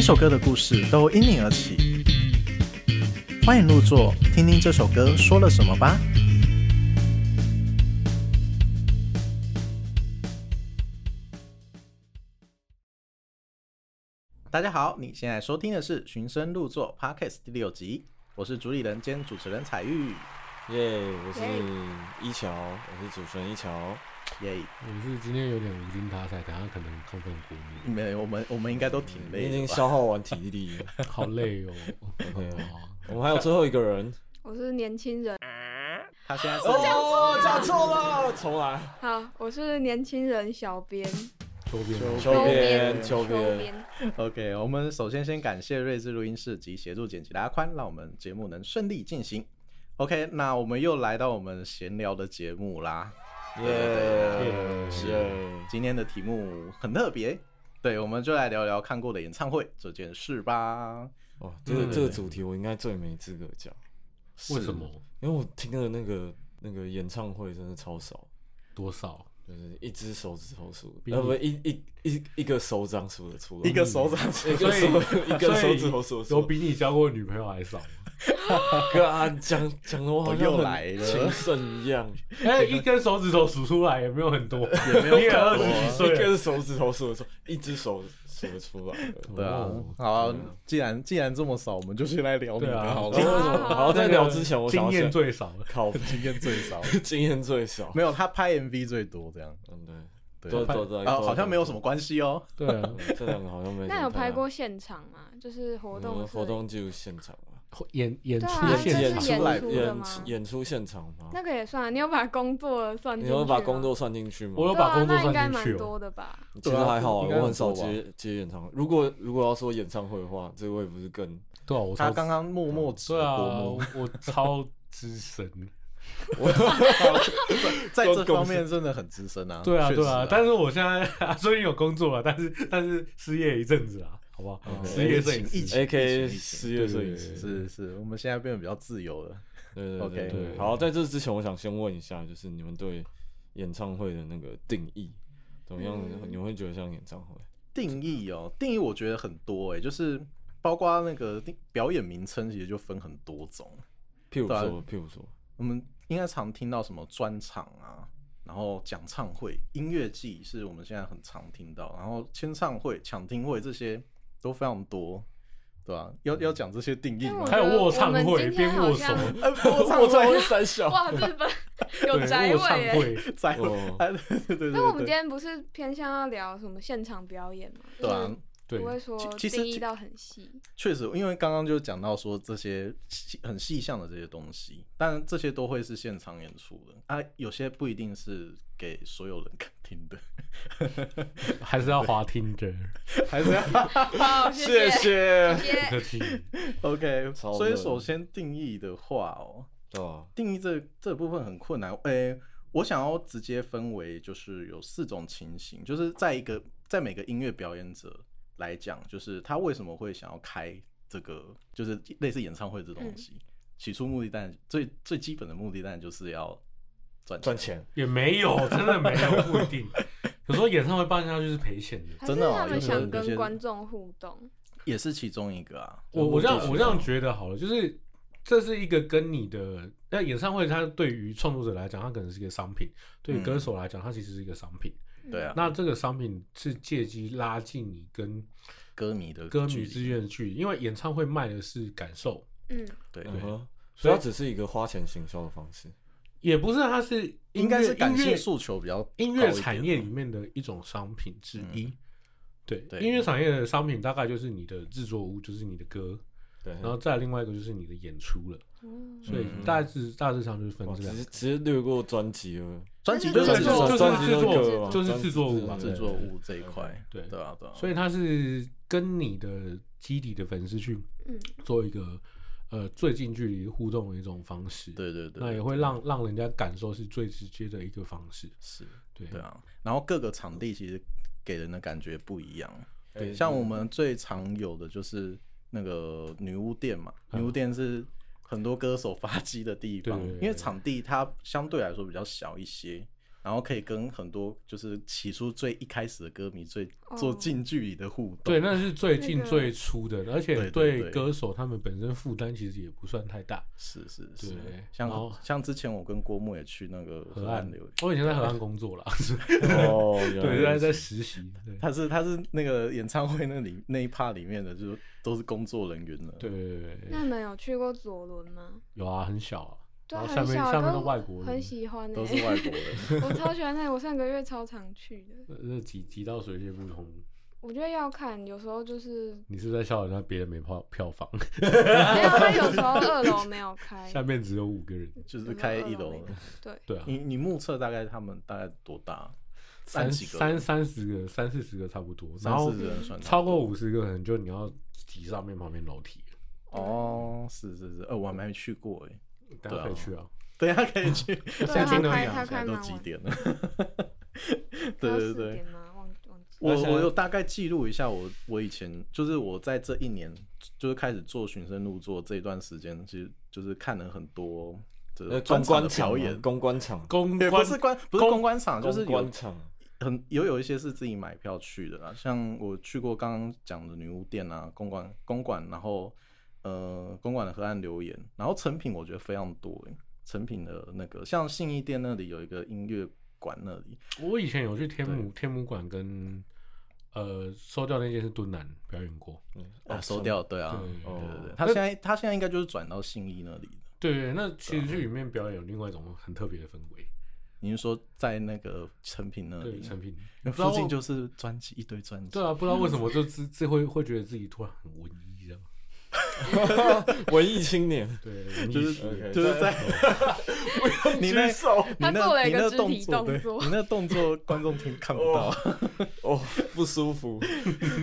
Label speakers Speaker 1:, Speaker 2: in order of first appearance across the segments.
Speaker 1: 首歌的故事都因你而起。欢迎入座，听听这首歌说了什么吧。大家好，你现在收听的是《寻声入座》Podcast 第六集，我是主理人兼主持人彩玉，
Speaker 2: 耶我是一桥，我是主持人一桥。
Speaker 1: 耶、
Speaker 3: 我是今天有点无精打采，等下可能亢奋过度，
Speaker 1: 没有，我们我们应该都挺
Speaker 2: 你
Speaker 1: 累
Speaker 2: 已
Speaker 1: 的
Speaker 2: 经
Speaker 1: 吧
Speaker 2: 消耗完体力了。
Speaker 3: 好累哦。
Speaker 2: 我们还有最后一个人。
Speaker 4: 我是年轻人。
Speaker 1: 啊他现在是
Speaker 2: 哦，讲错了，重来。
Speaker 4: 好，我是年轻人小编。
Speaker 3: 周边
Speaker 2: 周边，周边。
Speaker 4: 边。
Speaker 1: OK，我们首先先感谢睿智录音室及协助剪辑的阿宽，让我们节目能顺利进行。OK，那我们又来到我们闲聊的节目啦。
Speaker 2: 耶，
Speaker 3: 是
Speaker 2: 耶，
Speaker 1: 今天的题目很特别，对，我们就来聊聊看过的演唱会这件事吧。
Speaker 2: 哦，这个这个主题我应该最没资格讲，
Speaker 3: 为什么？
Speaker 2: 因为我听的那个那个演唱会真的超少，
Speaker 3: 多少？
Speaker 2: 就是一只手指头数，
Speaker 3: 比你
Speaker 2: 呃，不，一一一一个手掌数得出来，
Speaker 1: 一个手掌数
Speaker 2: 一个手一个手指头数得出
Speaker 3: 所以有
Speaker 2: 来。
Speaker 3: 比你交过女朋友还少吗？
Speaker 2: 哥啊，讲讲的我好
Speaker 1: 我
Speaker 2: 像
Speaker 1: 又来
Speaker 2: 很
Speaker 1: 了
Speaker 2: 情圣一样。
Speaker 3: 哎，一根手指头数出来 也没有啊很多，也
Speaker 1: 没有很多
Speaker 3: 你也二十几
Speaker 2: 一
Speaker 3: 岁了，
Speaker 2: 根手指头数得出，一只手数得出来的。
Speaker 1: 对啊
Speaker 3: 哦，
Speaker 1: 好啊既然既然这么少，我们就先来聊你
Speaker 3: 对
Speaker 1: 的
Speaker 3: 啊
Speaker 1: 好
Speaker 2: 然
Speaker 1: 了。
Speaker 2: 后为什么？然后在聊之前，我想
Speaker 3: 经
Speaker 2: 要
Speaker 3: 验
Speaker 2: 先
Speaker 3: 最少了，
Speaker 2: 靠背
Speaker 1: 经验最少，
Speaker 2: 经验最少。
Speaker 1: 没有他拍 MV 最多这样，
Speaker 2: 嗯，对，
Speaker 1: 对
Speaker 2: 都都都，
Speaker 1: 啊，好像没有什么关系哦。
Speaker 3: 对啊，
Speaker 2: 系。这两个好像没什么太大。
Speaker 4: 那有拍过现场吗？就是活动之类
Speaker 2: 嗯
Speaker 4: 的
Speaker 2: 活。动记录现场啊，
Speaker 3: 演演出
Speaker 4: 对啊
Speaker 3: 现
Speaker 4: 这
Speaker 3: 场
Speaker 4: 是演出的
Speaker 2: 演
Speaker 4: 吗
Speaker 2: 演出现场吗？
Speaker 4: 那个也算，啊你有把工作算
Speaker 2: 你
Speaker 4: 进去吗
Speaker 2: 有把工作算进去吗？
Speaker 3: 我有
Speaker 4: 对啊
Speaker 3: 把工作
Speaker 4: 那应该
Speaker 3: 算进去
Speaker 4: 蛮
Speaker 3: 哦。
Speaker 4: 多的吧？
Speaker 2: 其实还好啊，
Speaker 1: 对啊
Speaker 2: 我很少
Speaker 1: 应该很
Speaker 2: 接接演唱会。如果如果要说演唱会的话，这位不是更
Speaker 3: 对啊，我
Speaker 1: 他
Speaker 3: 超
Speaker 1: 刚刚默默指
Speaker 3: 对啊，
Speaker 1: 国母
Speaker 3: 我我超资深。
Speaker 1: 在这方面真的很资深啊。
Speaker 3: 对啊，
Speaker 1: 确实
Speaker 3: 对啊，但是我现在 虽然有工作了，但是但是失业一阵子啦，好不好？
Speaker 2: OK
Speaker 3: 失业摄影师
Speaker 1: 疫情
Speaker 2: A K
Speaker 1: 疫情疫情
Speaker 2: 失业摄影师？
Speaker 1: 是是，我们现在变得比较自由了。
Speaker 2: 对对
Speaker 1: OK
Speaker 2: 对对。
Speaker 3: 对
Speaker 2: 好，在这之前，我想先问一下，就是你们对演唱会的那个定义，怎么样？
Speaker 4: 嗯
Speaker 2: 你们会觉得像演唱会？
Speaker 1: 定义哦，定义我觉得很多哎、就是包括那个定表演名称，其实就分很多种。
Speaker 2: 譬如
Speaker 1: 对啊
Speaker 2: 说，譬 如说，
Speaker 1: 我们应该常听到什么专场啊，然后讲唱会、音乐季是我们现在很常听到，然后签唱会、抢听会这些都非常多，对吧、
Speaker 3: 嗯
Speaker 1: 要要讲这些定义
Speaker 4: 但
Speaker 1: 吗
Speaker 4: 我？
Speaker 3: 还有
Speaker 4: 觉得
Speaker 3: 握唱
Speaker 4: 我们
Speaker 3: 会
Speaker 4: 今天
Speaker 3: 边握手，
Speaker 4: 好像
Speaker 1: 呃， 我唱
Speaker 2: 我才
Speaker 1: 会
Speaker 2: 会三小。
Speaker 4: 哇，日本有宅
Speaker 3: 对，握唱
Speaker 4: 味耶。
Speaker 3: 会，
Speaker 1: 在我，
Speaker 2: 哦
Speaker 1: 哎， 对对对
Speaker 4: 那我们
Speaker 1: 对
Speaker 4: 今天不是偏向要聊什么现场表演吗？
Speaker 1: 对啊，
Speaker 3: 对
Speaker 4: 不，会说
Speaker 1: 其其实
Speaker 4: 定义到很细。
Speaker 1: 确实，因为刚刚就讲到说这些细很细项的这些东西，但这些都会是现场演出的啊，有些不一定是给所有人看听的，
Speaker 3: 还是要滑听着
Speaker 1: 还是要
Speaker 4: 好，谢
Speaker 2: 谢
Speaker 4: 谢。
Speaker 2: 谢。
Speaker 4: 谢
Speaker 3: 客气。
Speaker 1: OK。
Speaker 2: 超
Speaker 1: 所以
Speaker 2: 热
Speaker 1: 首先定义的话哦，
Speaker 2: 对啊，
Speaker 1: 定义这这部分很困难。诶、我想要直接分为就是有四种情形，就是在一个在每个音乐表演者来讲，就是他为什么会想要开这个，就是类似演唱会这东
Speaker 3: 嗯
Speaker 1: 西。起初目的当然最最基本的目的当然就是要赚
Speaker 2: 赚钱。
Speaker 3: 也没有，真的没有不一定。有时候演唱会办下去是赔钱的。
Speaker 4: 还
Speaker 1: 真
Speaker 4: 是
Speaker 1: 的哦
Speaker 4: 他
Speaker 1: 有
Speaker 4: 们
Speaker 1: 些有
Speaker 4: 想
Speaker 1: 些
Speaker 4: 跟观众互动，
Speaker 1: 也是其中一个啊。
Speaker 3: 我我这样
Speaker 2: 就是
Speaker 3: 我这样觉得好了，就是这是一个跟你的那演唱会，它对于创作者来讲，它可能是一个商品；对于
Speaker 1: 嗯
Speaker 3: 歌手来讲，它其实是一个商品。
Speaker 4: 嗯
Speaker 1: 对啊，
Speaker 3: 那这个商品是借机拉近你跟
Speaker 1: 歌迷的
Speaker 3: 歌
Speaker 1: 距
Speaker 3: 迷
Speaker 1: 离
Speaker 3: 之间的距离，因为演唱会卖的是感受，
Speaker 4: 嗯，
Speaker 1: 对
Speaker 2: 嗯哼，所
Speaker 3: 所
Speaker 2: 以
Speaker 3: 以
Speaker 2: 它只是一个花钱行销的方式。
Speaker 3: 也不是它是音乐
Speaker 1: 应该是感
Speaker 3: 音
Speaker 1: 性
Speaker 3: 乐
Speaker 1: 诉求比较高
Speaker 3: 音乐
Speaker 1: 一
Speaker 3: 产
Speaker 1: 点
Speaker 3: 业
Speaker 1: 啊
Speaker 3: 里面的一种商品之一。对，
Speaker 1: 对
Speaker 3: 音乐产业的商品大概就是你的制作物，就是你的歌，
Speaker 2: 对，
Speaker 3: 然后再来另外一个就是你的演出了。
Speaker 4: 哦
Speaker 3: 所以
Speaker 2: 嗯
Speaker 3: 大致大致上就是分
Speaker 2: 哇
Speaker 3: 这
Speaker 2: 只
Speaker 3: 两
Speaker 2: 是只是略过专辑了。
Speaker 1: 专辑
Speaker 4: 就
Speaker 3: 就是是
Speaker 4: 制作
Speaker 3: 就
Speaker 2: 专辑
Speaker 3: 是制
Speaker 2: 都有
Speaker 3: 作
Speaker 2: 嘛
Speaker 3: 就是制作物嘛，
Speaker 2: 专辑
Speaker 1: 制
Speaker 3: 对
Speaker 1: 作物这一块，
Speaker 3: 对
Speaker 1: 对啊对啊，
Speaker 3: 所以它是跟你的基底的粉丝去
Speaker 4: 嗯
Speaker 3: 做一个呃最近距离互动的一种方式，，
Speaker 1: 对对对，
Speaker 3: 那也会让让人家感受是最直接的一个方式，
Speaker 1: 是
Speaker 3: 对
Speaker 1: 对啊，然后各个场地其实给人的感觉不一样。
Speaker 2: 对
Speaker 1: 像我 们最常有的就是那个女巫店嘛，女巫店是很多歌手发迹的地方
Speaker 3: 嗯对对，对
Speaker 1: 因为场地它相对来说比较小一些，然后可以跟很多就是起初最一开始的歌迷最
Speaker 4: 哦
Speaker 1: 做近距离的互动。
Speaker 3: 对，那是最
Speaker 4: 那
Speaker 3: 近
Speaker 4: 个
Speaker 3: 最初的，而且
Speaker 1: 对对
Speaker 3: 对
Speaker 1: 对
Speaker 3: 歌手他们本身负担其实也不算太大。
Speaker 1: 是是是
Speaker 3: 对，
Speaker 1: 像
Speaker 3: 然后
Speaker 1: 像之前我跟郭牧也去那个
Speaker 3: 河
Speaker 1: 河
Speaker 3: 岸
Speaker 1: 岸留言，
Speaker 3: 我以前在河岸工 作啦，
Speaker 2: 哦，
Speaker 3: 对，
Speaker 2: 原来
Speaker 3: 在
Speaker 2: 如
Speaker 3: 在
Speaker 2: 此
Speaker 3: 实习，对
Speaker 1: 他是他是那个演唱会那里那一 part 里面的，就是都是工作人员了。
Speaker 3: 对对对对，
Speaker 4: 那你们有去过左轮吗？
Speaker 3: 有啊，很小啊，
Speaker 4: 对啊，
Speaker 3: 然后
Speaker 4: 很
Speaker 3: 下面
Speaker 4: 小啊，
Speaker 3: 下面
Speaker 4: 可
Speaker 3: 都
Speaker 4: 是
Speaker 3: 外国人
Speaker 4: 很喜欢呢、
Speaker 1: 都是外国 人。
Speaker 4: 我超喜欢那里，我上个月超常去的。
Speaker 3: 呃那提提到水泄不通，
Speaker 4: 我觉得要看，有时候 就是
Speaker 3: 你是不是在笑人家别人没票票房，
Speaker 4: 没有，他有时候二楼没有开，
Speaker 3: 下面只有五个人，
Speaker 1: 就是开一
Speaker 4: 有时候二
Speaker 1: 楼
Speaker 4: 没，开。对，
Speaker 3: 对啊，
Speaker 1: 你你目测大概他们大概多大？
Speaker 3: 三
Speaker 1: 几个
Speaker 3: 三三十个三四十个差不多，然
Speaker 1: 三
Speaker 3: 后
Speaker 1: 四人算
Speaker 3: 超过
Speaker 1: 十
Speaker 3: 五十个可能就你要提上面旁边楼梯了，
Speaker 1: 哦，是是是，呃，我还没去过哎，
Speaker 3: 大家可以去啊，
Speaker 1: 等一下可以去，
Speaker 4: 对
Speaker 3: 现在
Speaker 4: 啊
Speaker 3: 听
Speaker 4: 他
Speaker 3: 得
Speaker 4: 开
Speaker 3: 一样
Speaker 4: 他
Speaker 1: 现在
Speaker 4: 开
Speaker 1: 都
Speaker 4: 蛮
Speaker 1: 几
Speaker 4: 晚，
Speaker 1: 点了？
Speaker 4: 他
Speaker 1: 对对
Speaker 4: 四
Speaker 1: 对
Speaker 4: 点，吗？忘忘记。
Speaker 1: 我
Speaker 2: 而且
Speaker 1: 我有大概记录一下我我以前就是我在这一年就是开始做寻声入座这一段时间，其实就是看了很多就是
Speaker 2: 呃，公
Speaker 1: 场的
Speaker 2: 关场
Speaker 1: 表
Speaker 2: 嘛
Speaker 1: 演，
Speaker 2: 公关场，
Speaker 3: 公
Speaker 1: 也
Speaker 3: 关
Speaker 1: 不是关不是公关场，就是
Speaker 2: 公关
Speaker 1: 有
Speaker 2: 场，
Speaker 1: 很有有一些是自己买票去的啦，像我去过刚刚讲的女巫店啊，公馆公馆，然后呃公馆的河岸留言，然后成品我觉得非常多欸，成品的那个像信义店那里有一个音乐馆那里，
Speaker 3: 我以前有去天母天母馆跟呃收掉那间是敦南表演过，
Speaker 2: 嗯
Speaker 1: 啊收掉，对啊，
Speaker 3: 哦对
Speaker 1: 对对
Speaker 2: 哦
Speaker 1: 对，他现在他现在应该就是转到信义那里了。
Speaker 3: 对，那其
Speaker 1: 啊
Speaker 3: 实去里面表演有另外一种很特别的氛围，
Speaker 1: 你是说在那个成品那
Speaker 3: 对
Speaker 1: 里，
Speaker 3: 成品
Speaker 1: 嗯那
Speaker 3: 不知道
Speaker 1: 附近就是专辑一堆专辑，
Speaker 3: 对啊，不知道为什么就自 自会会觉得自己突然很文艺这样，
Speaker 2: 文艺青年，
Speaker 3: 对，文 艺
Speaker 1: 就是
Speaker 3: 系列
Speaker 1: 就是在
Speaker 3: 啊
Speaker 1: 你那
Speaker 2: 手
Speaker 1: 你那
Speaker 4: 他做了一
Speaker 1: 你
Speaker 4: 个
Speaker 1: 那
Speaker 4: 肢
Speaker 1: 动
Speaker 4: 体
Speaker 1: 作，对
Speaker 4: 动作
Speaker 1: 你那动作观众听看不到。
Speaker 2: 哦，不舒服，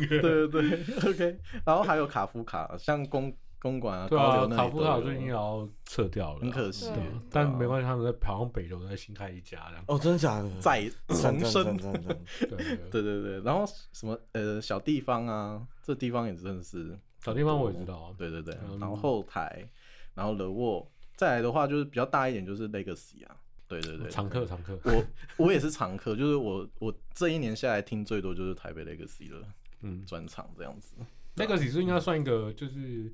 Speaker 1: 对对对，OK。然后还有卡夫卡，像公公馆啊、
Speaker 3: 对
Speaker 1: 高
Speaker 3: 啊，
Speaker 1: 流那
Speaker 3: 卡
Speaker 1: 里
Speaker 3: 夫
Speaker 1: 都
Speaker 3: 卡
Speaker 1: 有
Speaker 3: 最近也要撤掉了啊，
Speaker 1: 很可惜
Speaker 4: 对啊
Speaker 3: 对
Speaker 4: 耶
Speaker 3: 但没关系，他们在好像北楼在新开一家这样，
Speaker 2: 哦，真的假的？
Speaker 1: 再
Speaker 2: 赞
Speaker 1: 重生。
Speaker 2: 赞赞赞赞
Speaker 3: 对对对
Speaker 1: 对对对，然后什么呃小地方啊，这地方也真的是，
Speaker 3: 找地方我也知道啊，
Speaker 1: 对对对
Speaker 3: 嗯。
Speaker 1: 然后后台，然后 The Wall，再来的话就是比较大一点就是 Legacy 啊，对对对，
Speaker 3: 常客常客，
Speaker 1: 我我也是常客，就是我我这一年下来听最多就是台北 Legacy 的
Speaker 3: 嗯，
Speaker 1: 专场这样子。
Speaker 3: 那个其实应该算一个就是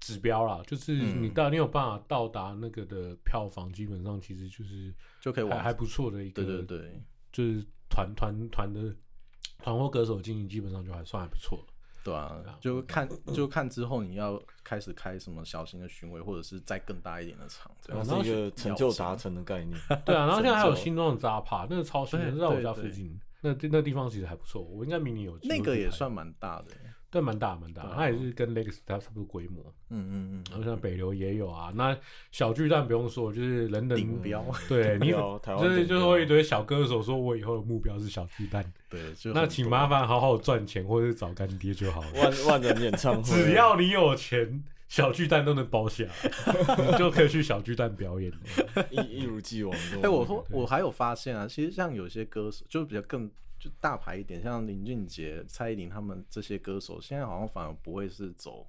Speaker 3: 指标啦，就是
Speaker 1: 嗯
Speaker 3: 你到你有办法到达那个的票房，基本上其实就是
Speaker 1: 就可以
Speaker 3: 还
Speaker 1: 往
Speaker 3: 还不错的一个，
Speaker 1: 对对，对
Speaker 3: 就是团团团的团或歌手经营，基本上就还算还不错了。
Speaker 1: 对
Speaker 3: 对啊
Speaker 1: 啊，就看就看之后你要开始开什么小型的巡回，或者是再更大一点的场这样
Speaker 2: 然
Speaker 3: 啊
Speaker 1: 子。
Speaker 2: 后是一个成就达成的概念，
Speaker 3: 对啊，然后现在还有
Speaker 2: 成就
Speaker 3: 新庄的扎帕，那个超新的，
Speaker 1: 对
Speaker 3: 就在我
Speaker 1: 对
Speaker 3: 家附
Speaker 1: 对
Speaker 3: 近。那那地方其实还不错，我应该明年有机会
Speaker 1: 那个
Speaker 3: 去
Speaker 1: 也
Speaker 3: 拍
Speaker 1: 算，蛮大的欸，
Speaker 3: 但蛮大蛮大
Speaker 1: 对，啊
Speaker 3: 它也是跟 Legacy 它差不多规模。
Speaker 1: 嗯嗯
Speaker 3: 然后
Speaker 1: 嗯，
Speaker 3: 像北流也有啊，那小巨蛋不用说，就是人
Speaker 1: 顶
Speaker 3: 人
Speaker 1: 标，
Speaker 3: 对你
Speaker 2: 有台湾
Speaker 3: 就是
Speaker 2: 顶
Speaker 3: 就
Speaker 2: 标
Speaker 3: 是会一堆小歌手说，我以后的目标是小巨蛋，
Speaker 1: 对，就
Speaker 3: 那
Speaker 1: 很
Speaker 3: 请
Speaker 1: 多
Speaker 3: 麻烦好好赚钱，或者找干爹就好了。
Speaker 2: 万万人演唱会，啊
Speaker 3: 只要你有钱，小巨蛋都能包下来， 你就可以去小巨蛋表演了。
Speaker 2: 一一如既往。
Speaker 1: 哎、我说我还有发现啊，其实像有些歌手，就比较更就大牌一点，像林俊杰、蔡依林他们这些歌手，现在好像反而不会是走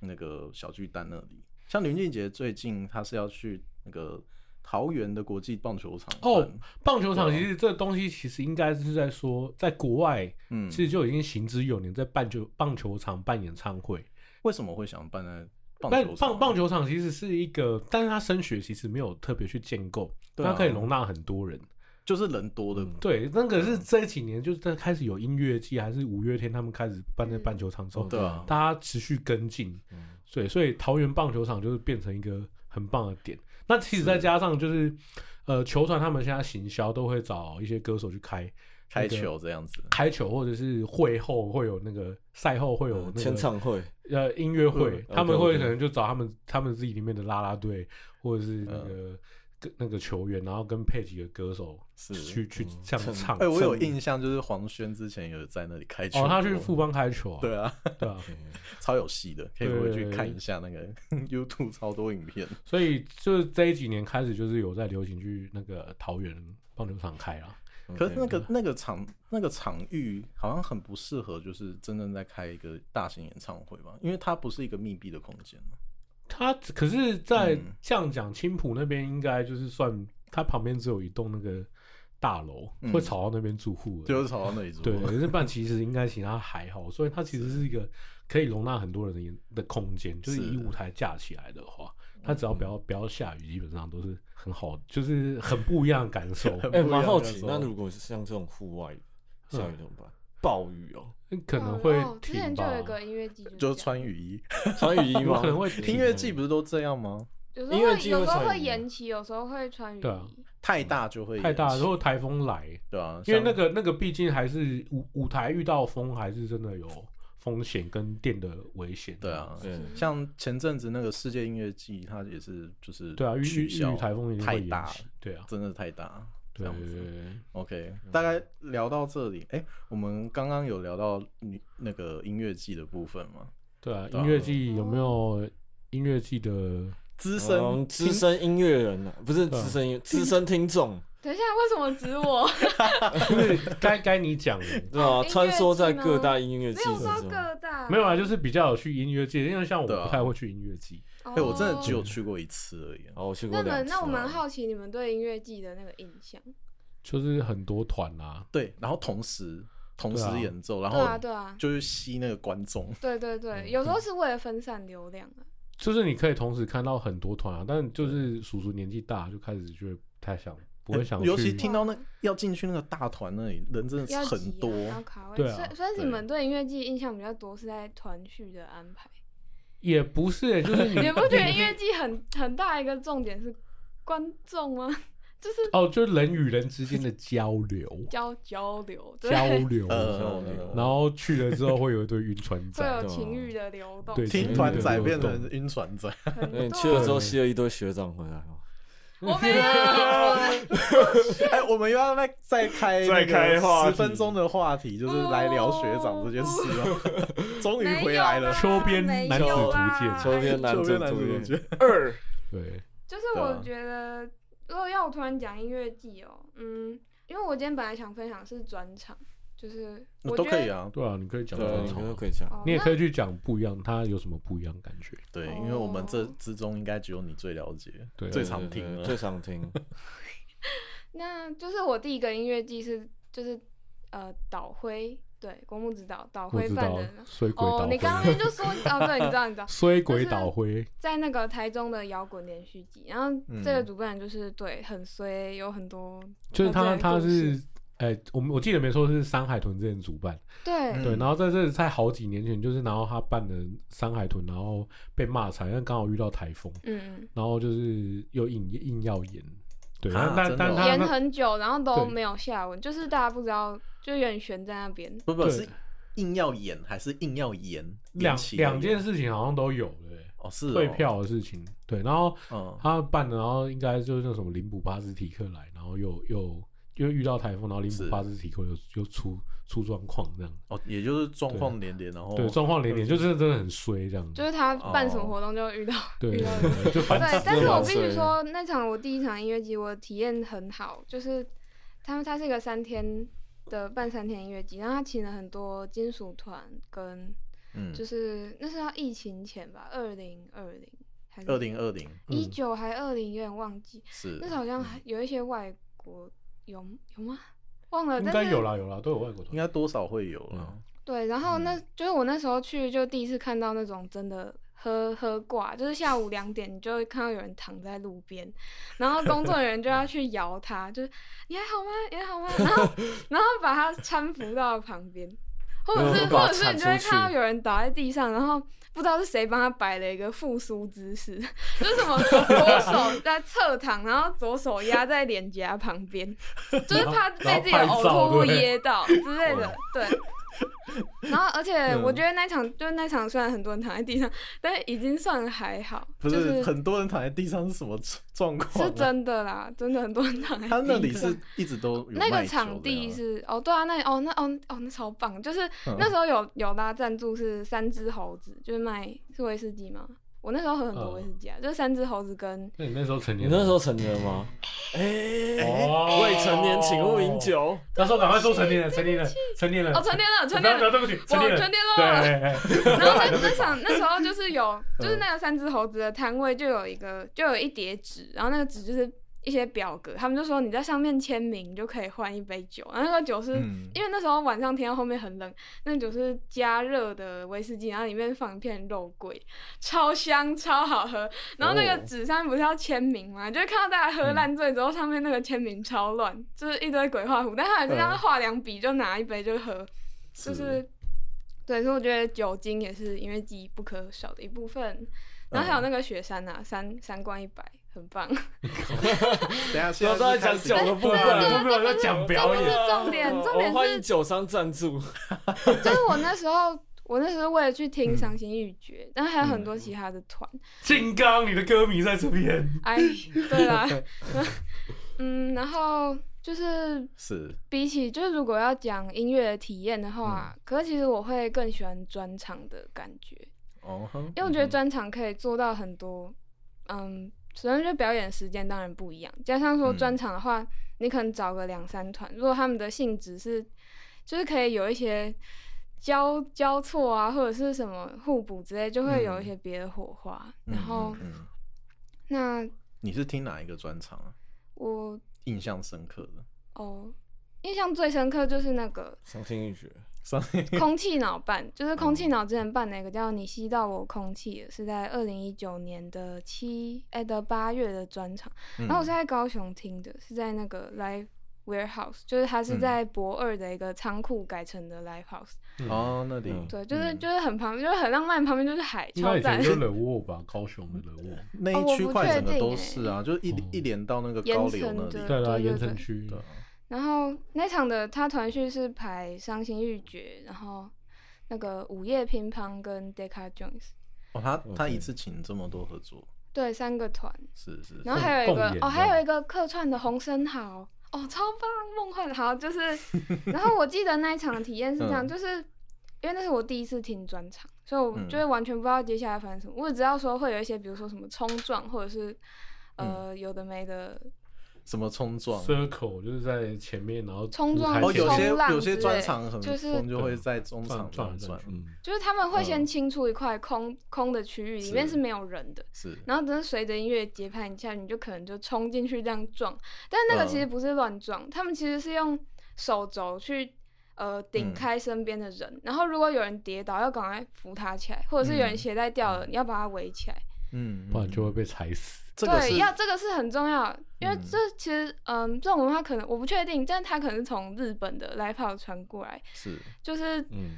Speaker 1: 那个小巨蛋那里。像林俊杰最近他是要去那个桃园的国际棒球场
Speaker 3: 哦
Speaker 1: 办
Speaker 3: 棒球
Speaker 1: 啊
Speaker 3: 场其实这东西其实应该是在说，在国外
Speaker 1: 嗯，
Speaker 3: 其实就已经行之有年，在棒球棒球场办演唱会。
Speaker 1: 为什么会想办在棒
Speaker 3: 但
Speaker 1: 球场
Speaker 3: 棒
Speaker 1: 啊？
Speaker 3: 棒球场其实是一个，但是它升学其实没有特别去建构，
Speaker 1: 对
Speaker 3: 它
Speaker 1: 啊
Speaker 3: 可以容纳很多人。
Speaker 1: 就是人多的，
Speaker 3: 对，那个是这几年就是在开始有音乐季，还是五月天他们开始办在棒球场
Speaker 2: 哦
Speaker 3: 之后，
Speaker 1: 对啊，
Speaker 3: 大家持续跟进，
Speaker 2: 嗯
Speaker 3: 对，所以桃园棒球场就是变成一个很棒的点。那其实再加上就是，呃，球团他们现在行销都会找一些歌手去开
Speaker 1: 开球这样子，
Speaker 3: 开球，或者是会后会有那个赛后会有
Speaker 1: 哦
Speaker 3: 那个
Speaker 2: 嗯签唱会，
Speaker 3: 呃音乐会，
Speaker 2: 嗯
Speaker 3: 他们会
Speaker 2: OK，OK
Speaker 3: 可能就找他们他们自己里面的啦啦队，或者是那
Speaker 2: 嗯
Speaker 3: 个、跟那个球员，然后跟配几个歌手
Speaker 1: 是
Speaker 3: 去去
Speaker 2: 嗯
Speaker 3: 这样
Speaker 2: 趁
Speaker 3: 唱。
Speaker 1: 哎、我有
Speaker 2: 趁
Speaker 1: 印象，就是黄轩之前有在那里开球过，
Speaker 3: 哦，他去富邦开球啊，
Speaker 1: 对啊，
Speaker 3: 对啊，
Speaker 1: 超有戏的，可以
Speaker 3: 对
Speaker 1: 回去看一下那个 YouTube 超多影片。
Speaker 3: 所以就是这几年开始就是有在流行去那个桃园棒球场开啊了。
Speaker 1: 可
Speaker 2: 嗯
Speaker 1: 是那个那个场那个场域好像很不适合，就是真正在开一个大型演唱会吧，因为它不是一个密闭的空间嘛。
Speaker 3: 他可是，在
Speaker 1: 嗯
Speaker 3: 这样讲，青浦那边应该就是算他旁边只有一栋那个大楼，
Speaker 1: 嗯
Speaker 3: 会吵到那边住户而已。
Speaker 1: 就是吵到那里住。
Speaker 3: 对，可是办其实应该其他还好，所以它其实是一个可以容纳很多人的演的空间，就是
Speaker 1: 是嗯
Speaker 3: 以舞台架起来的话，它只要不要不要下雨，基本上都是很好，就是很不一样的感 受。
Speaker 1: 很不一
Speaker 2: 哎、
Speaker 1: 样
Speaker 2: 蛮好
Speaker 1: 那
Speaker 2: 奇，
Speaker 1: 时候
Speaker 2: 那如果是像这种户外下雨
Speaker 3: 嗯
Speaker 2: 怎么办？暴雨哦、
Speaker 3: 可能
Speaker 4: 哦
Speaker 3: 会
Speaker 4: 然后之前
Speaker 3: 停
Speaker 4: 就
Speaker 3: 吧
Speaker 4: 有一，个音乐季，
Speaker 1: 就是
Speaker 4: 这样
Speaker 1: 穿雨衣，
Speaker 2: 穿雨衣
Speaker 3: 有
Speaker 2: 吗？
Speaker 3: 可能会
Speaker 1: 音乐季不是都这样吗？
Speaker 4: 有时候
Speaker 2: 音乐
Speaker 4: 会
Speaker 2: 季
Speaker 4: 有
Speaker 2: 会
Speaker 4: 时候
Speaker 2: 穿雨
Speaker 4: 会
Speaker 2: 衣
Speaker 4: 延期，有时候会穿雨
Speaker 3: 对啊
Speaker 4: 衣。
Speaker 1: 太大就会
Speaker 3: 太大了，
Speaker 1: 延
Speaker 3: 如
Speaker 1: 期
Speaker 3: 果台风来，
Speaker 1: 对啊，
Speaker 3: 因为
Speaker 1: 像
Speaker 3: 那个那个毕竟还是舞舞台遇到风，还是真的有风险跟电的危险。
Speaker 1: 对啊，
Speaker 2: 对
Speaker 4: 嗯
Speaker 1: 像前阵子那个世界音乐季，它也是就是
Speaker 3: 对啊，遇
Speaker 1: 取
Speaker 3: 遇
Speaker 1: 消
Speaker 3: 遇台风一定
Speaker 1: 太
Speaker 3: 会延
Speaker 1: 大了，
Speaker 3: 期。对啊，
Speaker 1: 真的太大，这
Speaker 3: 对
Speaker 1: 样
Speaker 3: 对对
Speaker 1: 子。
Speaker 3: 对
Speaker 1: OK，大
Speaker 3: 嗯
Speaker 1: 概聊到这里。哎，我们刚刚有聊到你那个音乐季的部分吗？
Speaker 3: 对啊，
Speaker 1: 对啊
Speaker 3: 音乐季有没有音乐季 的？
Speaker 1: 资
Speaker 2: 嗯
Speaker 1: 深
Speaker 2: 资深音乐人啊，不是
Speaker 1: 嗯
Speaker 3: 对啊
Speaker 2: 资深音乐资深听众，
Speaker 4: 等一下，为什么 指我？
Speaker 3: 因为该该你讲的，
Speaker 2: 对吧？
Speaker 4: 音乐
Speaker 2: 穿梭在各大音乐
Speaker 4: 没
Speaker 2: 季
Speaker 4: 有
Speaker 2: 之
Speaker 4: 说
Speaker 2: 中，
Speaker 4: 各大，
Speaker 3: 没有啊，就是比较有去音乐季，因为像我
Speaker 1: 对啊
Speaker 3: 不太会去音乐季，
Speaker 4: 哦。
Speaker 1: 哎、我真的只有去过一次而已。啊
Speaker 2: 哦，我去过
Speaker 4: 那么
Speaker 2: 两，次
Speaker 4: 那我蛮
Speaker 2: 啊
Speaker 4: 好奇你们对音乐季的那个印象。
Speaker 3: 就是很多团啊，
Speaker 1: 对，然后同时同时
Speaker 3: 对啊
Speaker 1: 演奏，然
Speaker 4: 对啊，
Speaker 1: 后嗯
Speaker 4: 对啊，
Speaker 1: 就是吸那个观众。
Speaker 4: 对对对，有时候是为了分散流量啊。
Speaker 3: 就是你可以同时看到很多团啊，但就是叔叔年纪大就开始就会不太想，不会想
Speaker 1: 哎 尤其
Speaker 3: 去。
Speaker 1: 听到那要进去那个大团那里，人真的
Speaker 4: 要
Speaker 1: 是很
Speaker 4: 挤啊
Speaker 1: 多。
Speaker 4: 然后卡位，
Speaker 3: 对啊
Speaker 4: 所以所以
Speaker 1: 对
Speaker 4: 你们对音乐季印象比较多是在团序的安 排，
Speaker 3: 也不是、欸，就是你
Speaker 4: 你们不觉得音乐季很很大一个重点是观众吗？就是
Speaker 3: 哦，就是人与人之间的交流，
Speaker 4: 交交流， 对，
Speaker 3: 交流，
Speaker 1: 呃，
Speaker 3: 然后去了之后会有一堆晕 船
Speaker 4: 会
Speaker 3: 仔，
Speaker 4: 有
Speaker 1: 啊
Speaker 4: 情欲的流动，
Speaker 3: 对
Speaker 1: 听团仔变成晕船仔，
Speaker 4: 很
Speaker 2: 那你
Speaker 4: 多
Speaker 2: 去了之后吸了一堆学长回来哦，
Speaker 4: 我没有，我没有
Speaker 1: 哎、我们又要再再开
Speaker 2: 再开话
Speaker 1: 十
Speaker 2: 题
Speaker 1: 分钟的话题，就是来聊学长这件事 了。终于回来了，
Speaker 3: 秋边男子图鉴
Speaker 1: 哎
Speaker 2: 秋边男
Speaker 1: 就
Speaker 2: 主
Speaker 1: 变男主
Speaker 2: 角
Speaker 1: 角。
Speaker 2: 二，
Speaker 3: 对，
Speaker 4: 就是
Speaker 1: 对啊
Speaker 4: 我觉得，如果要我突然讲音乐季哦，嗯，因为我今天本来想分享是专场，就是我
Speaker 1: 都
Speaker 4: 觉
Speaker 1: 可以
Speaker 4: 得
Speaker 1: 啊，
Speaker 3: 对啊，你可以讲
Speaker 2: 对，
Speaker 3: 专
Speaker 2: 你
Speaker 3: 场
Speaker 2: 都
Speaker 3: 啊，
Speaker 2: 可以讲，
Speaker 4: 哦
Speaker 3: 你也
Speaker 4: 那
Speaker 3: 可以去讲不一样，它有什么不一样的感觉？
Speaker 1: 对，
Speaker 4: 哦
Speaker 1: 因为我们这之中应该只有你最了解，
Speaker 3: 对啊
Speaker 1: 最
Speaker 2: 对
Speaker 1: 常
Speaker 2: 对
Speaker 1: 听
Speaker 2: 对
Speaker 1: 了
Speaker 2: 最常 听，
Speaker 4: 那就是我第一个音乐季是就是呃导灰，对，国木指导导
Speaker 3: 不
Speaker 4: 灰
Speaker 3: 知
Speaker 4: 办
Speaker 3: 道
Speaker 4: 的。，
Speaker 3: 衰鬼
Speaker 4: 哦
Speaker 3: 导，
Speaker 4: 你刚
Speaker 3: 灰，
Speaker 4: 刚就说哦，对，你知道，你知道，
Speaker 3: 衰鬼
Speaker 4: 就是
Speaker 3: 导灰，
Speaker 4: 在那个台中的摇滚连续季，然后这个
Speaker 1: 嗯
Speaker 4: 主办人就是、对很衰，有很多
Speaker 3: 就是
Speaker 4: 他在
Speaker 3: 他他
Speaker 4: 故事
Speaker 3: 是，哎、我们我记得没错是山海豚之前主办，
Speaker 4: 对、
Speaker 1: 嗯
Speaker 3: 对，然后在这在好几年前，就是然后他办的山海豚，然后被骂惨，但刚好遇到台风，
Speaker 4: 嗯，
Speaker 3: 然后就是又硬硬要演，对，
Speaker 1: 啊
Speaker 3: 但
Speaker 1: 真的
Speaker 3: 但
Speaker 1: 哦
Speaker 3: 但
Speaker 4: 演
Speaker 3: 他
Speaker 4: 很久，然后都
Speaker 3: 对
Speaker 4: 没有下文，就是大家不知道，就有点悬在那边。
Speaker 1: 不不
Speaker 3: 对
Speaker 1: 是硬要演还是硬要演
Speaker 3: 两两件
Speaker 1: 事
Speaker 3: 事情好像都有，对不对，
Speaker 1: 哦，是哦
Speaker 3: 退，票的事情，对，然后
Speaker 1: 嗯，
Speaker 3: 他办的，然后应该就是那什么林普巴斯提克来，然后又又又遇到台风，然后林普
Speaker 1: 是
Speaker 3: 巴斯提克又又出出状况这样，
Speaker 1: 哦，也就是状况连连，然后
Speaker 2: 哦
Speaker 3: 对，状况连连，就是真的很衰这样，
Speaker 4: 就是他办什么活
Speaker 1: 哦
Speaker 4: 动就 遇到，
Speaker 3: 对，
Speaker 4: 遇到
Speaker 3: 对就反正
Speaker 4: 对，但
Speaker 2: 真
Speaker 4: 是
Speaker 2: 的
Speaker 4: 我
Speaker 2: 蛮
Speaker 4: 必
Speaker 2: 衰
Speaker 4: 须
Speaker 2: 的
Speaker 4: 说，那场我第一场音乐季，我的体验很好，就是他们它是一个三天的半三天音乐季，然后他请了很多金属团跟
Speaker 1: 嗯
Speaker 4: 就，是那是要疫情前吧，二零二零还是
Speaker 1: 二零二零
Speaker 4: 一九还二零，有点忘记，
Speaker 1: 是
Speaker 4: 那时候好像还
Speaker 1: 嗯
Speaker 4: 有一些外国有有吗？忘了，
Speaker 3: 应
Speaker 4: 但
Speaker 3: 该
Speaker 4: 是
Speaker 3: 有啦有啦，都有外国
Speaker 1: 应
Speaker 3: 团，
Speaker 1: 该多少会有了，
Speaker 3: 嗯
Speaker 4: 对，然后
Speaker 2: 嗯
Speaker 4: 那、就是我那时候去，就第一次看到那种真的喝喝挂，就是下午两点你就会看到有人躺在路边，然后工作人员就要去摇他，就是你还好吗？你还好吗？然 后然后把他搀扶到旁边，或者是
Speaker 2: 然后嗯把
Speaker 4: 或
Speaker 2: 他
Speaker 4: 者是
Speaker 2: 铲
Speaker 4: 你就会
Speaker 2: 出去
Speaker 4: 看到有人倒在地上，然后不知道是谁帮他摆了一个复苏姿势，就是什么左 手在侧躺，然后左手压在脸颊旁 边，就是怕被自己的呕吐物噎到之类的，对。然后，而 且
Speaker 1: 嗯
Speaker 4: 我觉得那场、就是那场，虽然很多人躺在地上，但是已经算还好，
Speaker 1: 不
Speaker 4: 就是是
Speaker 1: 很多人躺在地上是什么状况
Speaker 4: 是
Speaker 1: 啊？
Speaker 4: 真的啦，真的很多人躺在地
Speaker 1: 他
Speaker 4: 上。
Speaker 1: 那里是一直都有
Speaker 4: 那
Speaker 1: 卖
Speaker 4: 个
Speaker 1: 酒
Speaker 4: 场
Speaker 1: 的
Speaker 4: 地
Speaker 1: 呀
Speaker 4: 是哦，对啊，那哦那哦哦那超棒，就是
Speaker 1: 嗯
Speaker 4: 那时候有有拉赞助是三只猴子，就是卖是威士忌吗？我那时候喝很多
Speaker 3: 嗯
Speaker 4: 威士忌啊，就是三只猴 子跟
Speaker 3: 那你那时候成
Speaker 2: 你
Speaker 3: 年，
Speaker 2: 那时候成年了吗？哎
Speaker 3: 哦
Speaker 2: 未成年请勿饮酒，
Speaker 3: 那时候赶快说 成年了，成年了，成年了，
Speaker 4: 哦成年了成
Speaker 3: 不要
Speaker 4: 年
Speaker 3: 不要，
Speaker 4: 了，
Speaker 3: 对不起，
Speaker 4: 我
Speaker 3: 成年了，
Speaker 4: 成年了。
Speaker 3: 对， 对对
Speaker 4: 然后那那场那时候就是有，就是那个三只猴子的摊位就有一个就有一叠纸，然后那个纸就是一些表格，他们就说你在上面签名就可以换一杯酒，然后那个酒是、
Speaker 1: 嗯
Speaker 4: 因为那时候晚上天到后面很冷，那酒是加热的威士忌，然后里面放一片肉桂，超香超好喝。然后那个
Speaker 2: 哦
Speaker 4: 纸上不是要签名吗？就会看到大
Speaker 1: 嗯
Speaker 4: 家喝烂醉之后，上面那个签名超乱，就是一堆鬼画符，但他还是这样
Speaker 1: 嗯
Speaker 4: 画两笔就拿一杯就喝，就是。对，所以我觉得酒精也是音乐季不可少的一部分。然后还有那个雪山啊，三三观一百，很棒。
Speaker 1: 等一下，现在
Speaker 2: 然后都在
Speaker 1: 是开
Speaker 2: 讲
Speaker 1: 始
Speaker 2: 酒的部分，
Speaker 3: 都没有在讲表
Speaker 4: 这
Speaker 3: 演
Speaker 4: 不。是重点重点是
Speaker 2: 我欢迎酒商赞助。
Speaker 4: 就是我那时候，我那时候为了去听《伤心欲绝》但还有很多其他的团。
Speaker 3: 静冈，你的歌迷在这边。
Speaker 4: 哎，对啦， 嗯，然后就是
Speaker 1: 是
Speaker 4: 比起就是如果要讲音乐体验的话，可是其实我会更喜欢专场的感觉，
Speaker 1: 哦哼，
Speaker 4: 因为我觉得专场可以做到很多，嗯，首先就表演时间当然不一样，加上说
Speaker 1: 嗯
Speaker 4: 专场的话，你可能找个两三团，如果他们的性质是，就是可以有一些交交错啊，或者是什么互补之类，就会有一些别的火花。
Speaker 1: 嗯
Speaker 4: 然后、
Speaker 1: 嗯嗯
Speaker 4: 那
Speaker 1: 你是听哪一个专场啊？
Speaker 4: 我
Speaker 1: 印象深刻的
Speaker 4: 哦，印象最深刻就是 那个
Speaker 2: 伤心欲绝，
Speaker 1: 上一
Speaker 4: 空气脑办，就是空
Speaker 1: 哦
Speaker 4: 气脑之前办的一个叫“你吸到我空气了”，是在二零一九年的七哎的八月的专场，
Speaker 1: 嗯
Speaker 4: 然后我是在高雄听的，是在那个 Live Warehouse，就是它是
Speaker 1: 嗯
Speaker 4: 在博二的一个仓库改成的 Live House，、
Speaker 1: 哦那里
Speaker 2: 嗯
Speaker 4: 对，就是
Speaker 1: 嗯
Speaker 4: 就是很旁边，就是很浪漫，旁边就是海，
Speaker 3: 应该
Speaker 4: 超
Speaker 3: 以前
Speaker 4: 赞。
Speaker 3: 就惹沃吧，高雄的惹沃，
Speaker 1: 那
Speaker 4: 哦
Speaker 1: 一
Speaker 4: 我
Speaker 1: 区
Speaker 4: 不
Speaker 1: 块
Speaker 4: 确
Speaker 1: 整个
Speaker 4: 定
Speaker 1: 都
Speaker 4: 欸
Speaker 1: 是啊，就是一
Speaker 3: 哦
Speaker 1: 一连到那个
Speaker 4: 盐
Speaker 1: 高流
Speaker 4: 城
Speaker 1: 那
Speaker 4: 的
Speaker 1: 里，
Speaker 3: 对啦，
Speaker 4: 对对
Speaker 3: 盐城区
Speaker 1: 对啊，
Speaker 4: 然后那场的他团序是排《伤心欲绝》，然后那个《午夜乒乓》跟 Decca Jones，
Speaker 1: 哦他他
Speaker 2: OK
Speaker 1: 一次请这么多合作，对
Speaker 4: 对，三个团。
Speaker 1: 是是，
Speaker 4: 然后还有一
Speaker 3: 共演
Speaker 4: 个
Speaker 3: 这
Speaker 4: 哦，
Speaker 3: 样
Speaker 4: 还有一个客串的洪生豪，哦，超棒，梦幻豪就是。然后我记得那一场的体验是这样，
Speaker 1: 嗯
Speaker 4: 就是因为那是我第一次听专场，所以我
Speaker 1: 嗯
Speaker 4: 就是完全不知道接下来发生什么。我只知道说会有一些，比如说什么冲撞，或者是呃有的没的
Speaker 1: 什么冲撞，啊
Speaker 3: circle 就是在前面，然后
Speaker 4: 冲撞
Speaker 3: 舞
Speaker 1: 哦
Speaker 3: 台前
Speaker 1: 有些
Speaker 4: 冲浪
Speaker 1: 有些
Speaker 4: 之
Speaker 1: 专
Speaker 4: 类
Speaker 1: 场很
Speaker 4: 就是
Speaker 1: 疯，就会在中
Speaker 3: 转
Speaker 1: 场
Speaker 3: 转来
Speaker 1: 转
Speaker 3: 转
Speaker 1: 转，
Speaker 3: 去
Speaker 2: 嗯，
Speaker 4: 就是他们会先
Speaker 2: 嗯
Speaker 4: 清出一块空空的区域，里面
Speaker 1: 是
Speaker 4: 是没有人的。
Speaker 1: 是
Speaker 4: 然后只是随着音乐节拍一下，你就可能就冲进去这样撞，但是那个
Speaker 1: 嗯
Speaker 4: 其实不是乱撞，他们其实是用手肘去呃顶
Speaker 1: 嗯
Speaker 4: 开身边的人，然后如果有人跌倒，要赶快扶他起来，或者是有人
Speaker 1: 嗯
Speaker 4: 鞋带掉了，你要把他围起来。
Speaker 1: 嗯，
Speaker 3: 不然就会
Speaker 1: 嗯
Speaker 3: 被踩死。
Speaker 1: 这个是
Speaker 4: 对，要这个是很重要，因为
Speaker 1: 嗯
Speaker 4: 这其实嗯这种文化可能我不确定，但是它可能是从日本的 live house 传过来，
Speaker 1: 是
Speaker 4: 就是
Speaker 2: 嗯，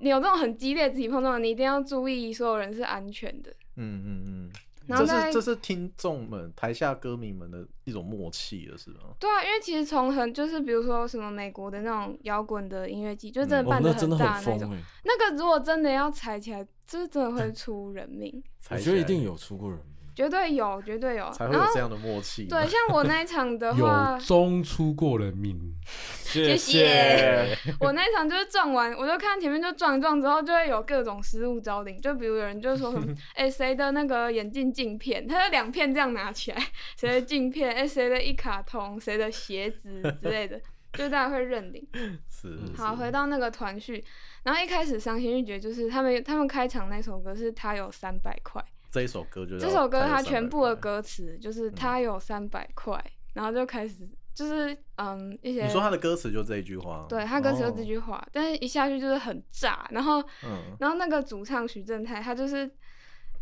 Speaker 4: 你有这种很激烈肢体碰撞，你一定要注意所有人是安全的。
Speaker 1: 嗯嗯嗯。
Speaker 4: 然后
Speaker 1: 这
Speaker 4: 在
Speaker 1: 是这是听众们台下歌迷们的一种默契了，是吗？
Speaker 4: 对啊，因为其实从很就是比如说什么美国的那种摇滚的音乐季，就真的
Speaker 2: 哦
Speaker 4: 办
Speaker 2: 那
Speaker 4: 很
Speaker 2: 真的
Speaker 4: 大
Speaker 2: 很
Speaker 4: 的
Speaker 2: 疯
Speaker 4: 那种，
Speaker 2: 哎，
Speaker 4: 那个如果真的要踩起来，就是真的会出人命，
Speaker 1: 才
Speaker 2: 我觉得一
Speaker 1: 起来
Speaker 2: 定有出过人命，
Speaker 4: 绝对有，绝 对有。
Speaker 1: 才会
Speaker 4: 然
Speaker 1: 有
Speaker 4: 后
Speaker 1: 这样的默契。
Speaker 4: 啊对，，像我那一场的话
Speaker 3: 有，中出过人命，
Speaker 2: 谢
Speaker 4: 谢。我那一场就是撞完，我就看前面就撞一撞之后，就会有各种失物招领，就比如有人就说 什么，哎、谁的那个眼镜镜片，他就两片这样拿起来，谁的镜片，哎、谁的一卡通，谁的鞋子之类的，就大家会认领。
Speaker 1: 是
Speaker 2: 嗯
Speaker 4: 好，
Speaker 1: 是
Speaker 4: 回到那个团序，然后一开始伤心欲绝就是他们他们开场那首歌是他有三百块，
Speaker 1: 这一首歌就叫
Speaker 4: 这首歌
Speaker 1: 才有
Speaker 4: 它
Speaker 1: 300
Speaker 4: 全部的
Speaker 1: 块，嗯
Speaker 4: 歌词就是他有三百块，然后就开始就是嗯一些
Speaker 1: 你说他的歌词就这一句话，
Speaker 4: 对他歌词就
Speaker 1: 哦
Speaker 4: 这，句话，但是一下去就是很炸，然后
Speaker 1: 嗯，
Speaker 4: 然后那个主唱徐正泰他就是。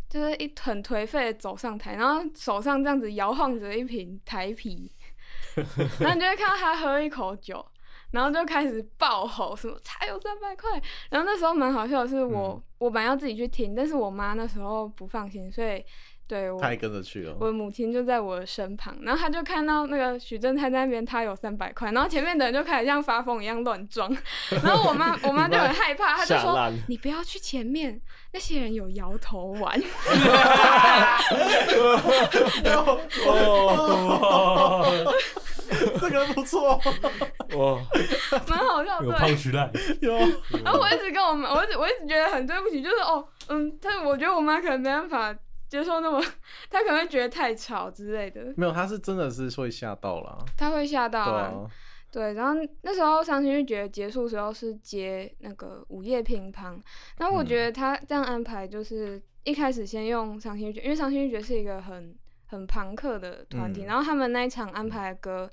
Speaker 4: 就是一很颓废的走上台，然后手上这样子摇晃着一瓶台啤， 然后你就会看到他喝一口酒，然后就开始爆吼什么才有三百块。然后那时候蛮好笑的是我，
Speaker 1: 嗯
Speaker 4: 我本来要自己去听，但是我妈那时候不放心，所以对我
Speaker 1: 他也跟着去哦了，
Speaker 4: 我的母亲就在我的身旁，然后她就看到那个许正泰在那边，他有三百块，然后前面的人就开始像发疯一样乱撞，然后我妈我妈就很害怕，她就
Speaker 2: 吓
Speaker 4: 说
Speaker 2: 烂。
Speaker 4: 你不要去前面，那些人有摇头丸，
Speaker 2: 哦，
Speaker 1: 这个不错，
Speaker 2: 哇，
Speaker 4: 蛮好笑
Speaker 3: 有
Speaker 4: 对。
Speaker 3: 胖徐赖，
Speaker 1: 有
Speaker 4: 然后我一直跟我妈，我一直我一直觉得很对不起，就是哦，嗯，但是我觉得我妈可能没办法接受那么， 她可能会觉得太吵之类的，
Speaker 1: 没有？他是真的是会吓到啦，
Speaker 4: 她会吓到
Speaker 1: 对
Speaker 4: 啊。
Speaker 1: 啊，
Speaker 4: 对，然后那时候伤心欲绝结束时候是接那个午夜乒乓，然
Speaker 1: 嗯
Speaker 4: 后我觉得他这样安排就是一开始先用伤心欲绝，因为伤心欲绝是一个很很朋克的团体，
Speaker 1: 嗯
Speaker 4: 然后他们那一场安排的歌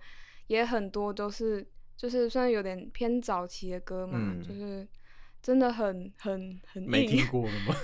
Speaker 4: 也很多都是就是算有点偏早期的歌嘛，
Speaker 1: 嗯
Speaker 4: 就是真的很很很
Speaker 1: 没
Speaker 4: 硬
Speaker 1: 听，过了吗？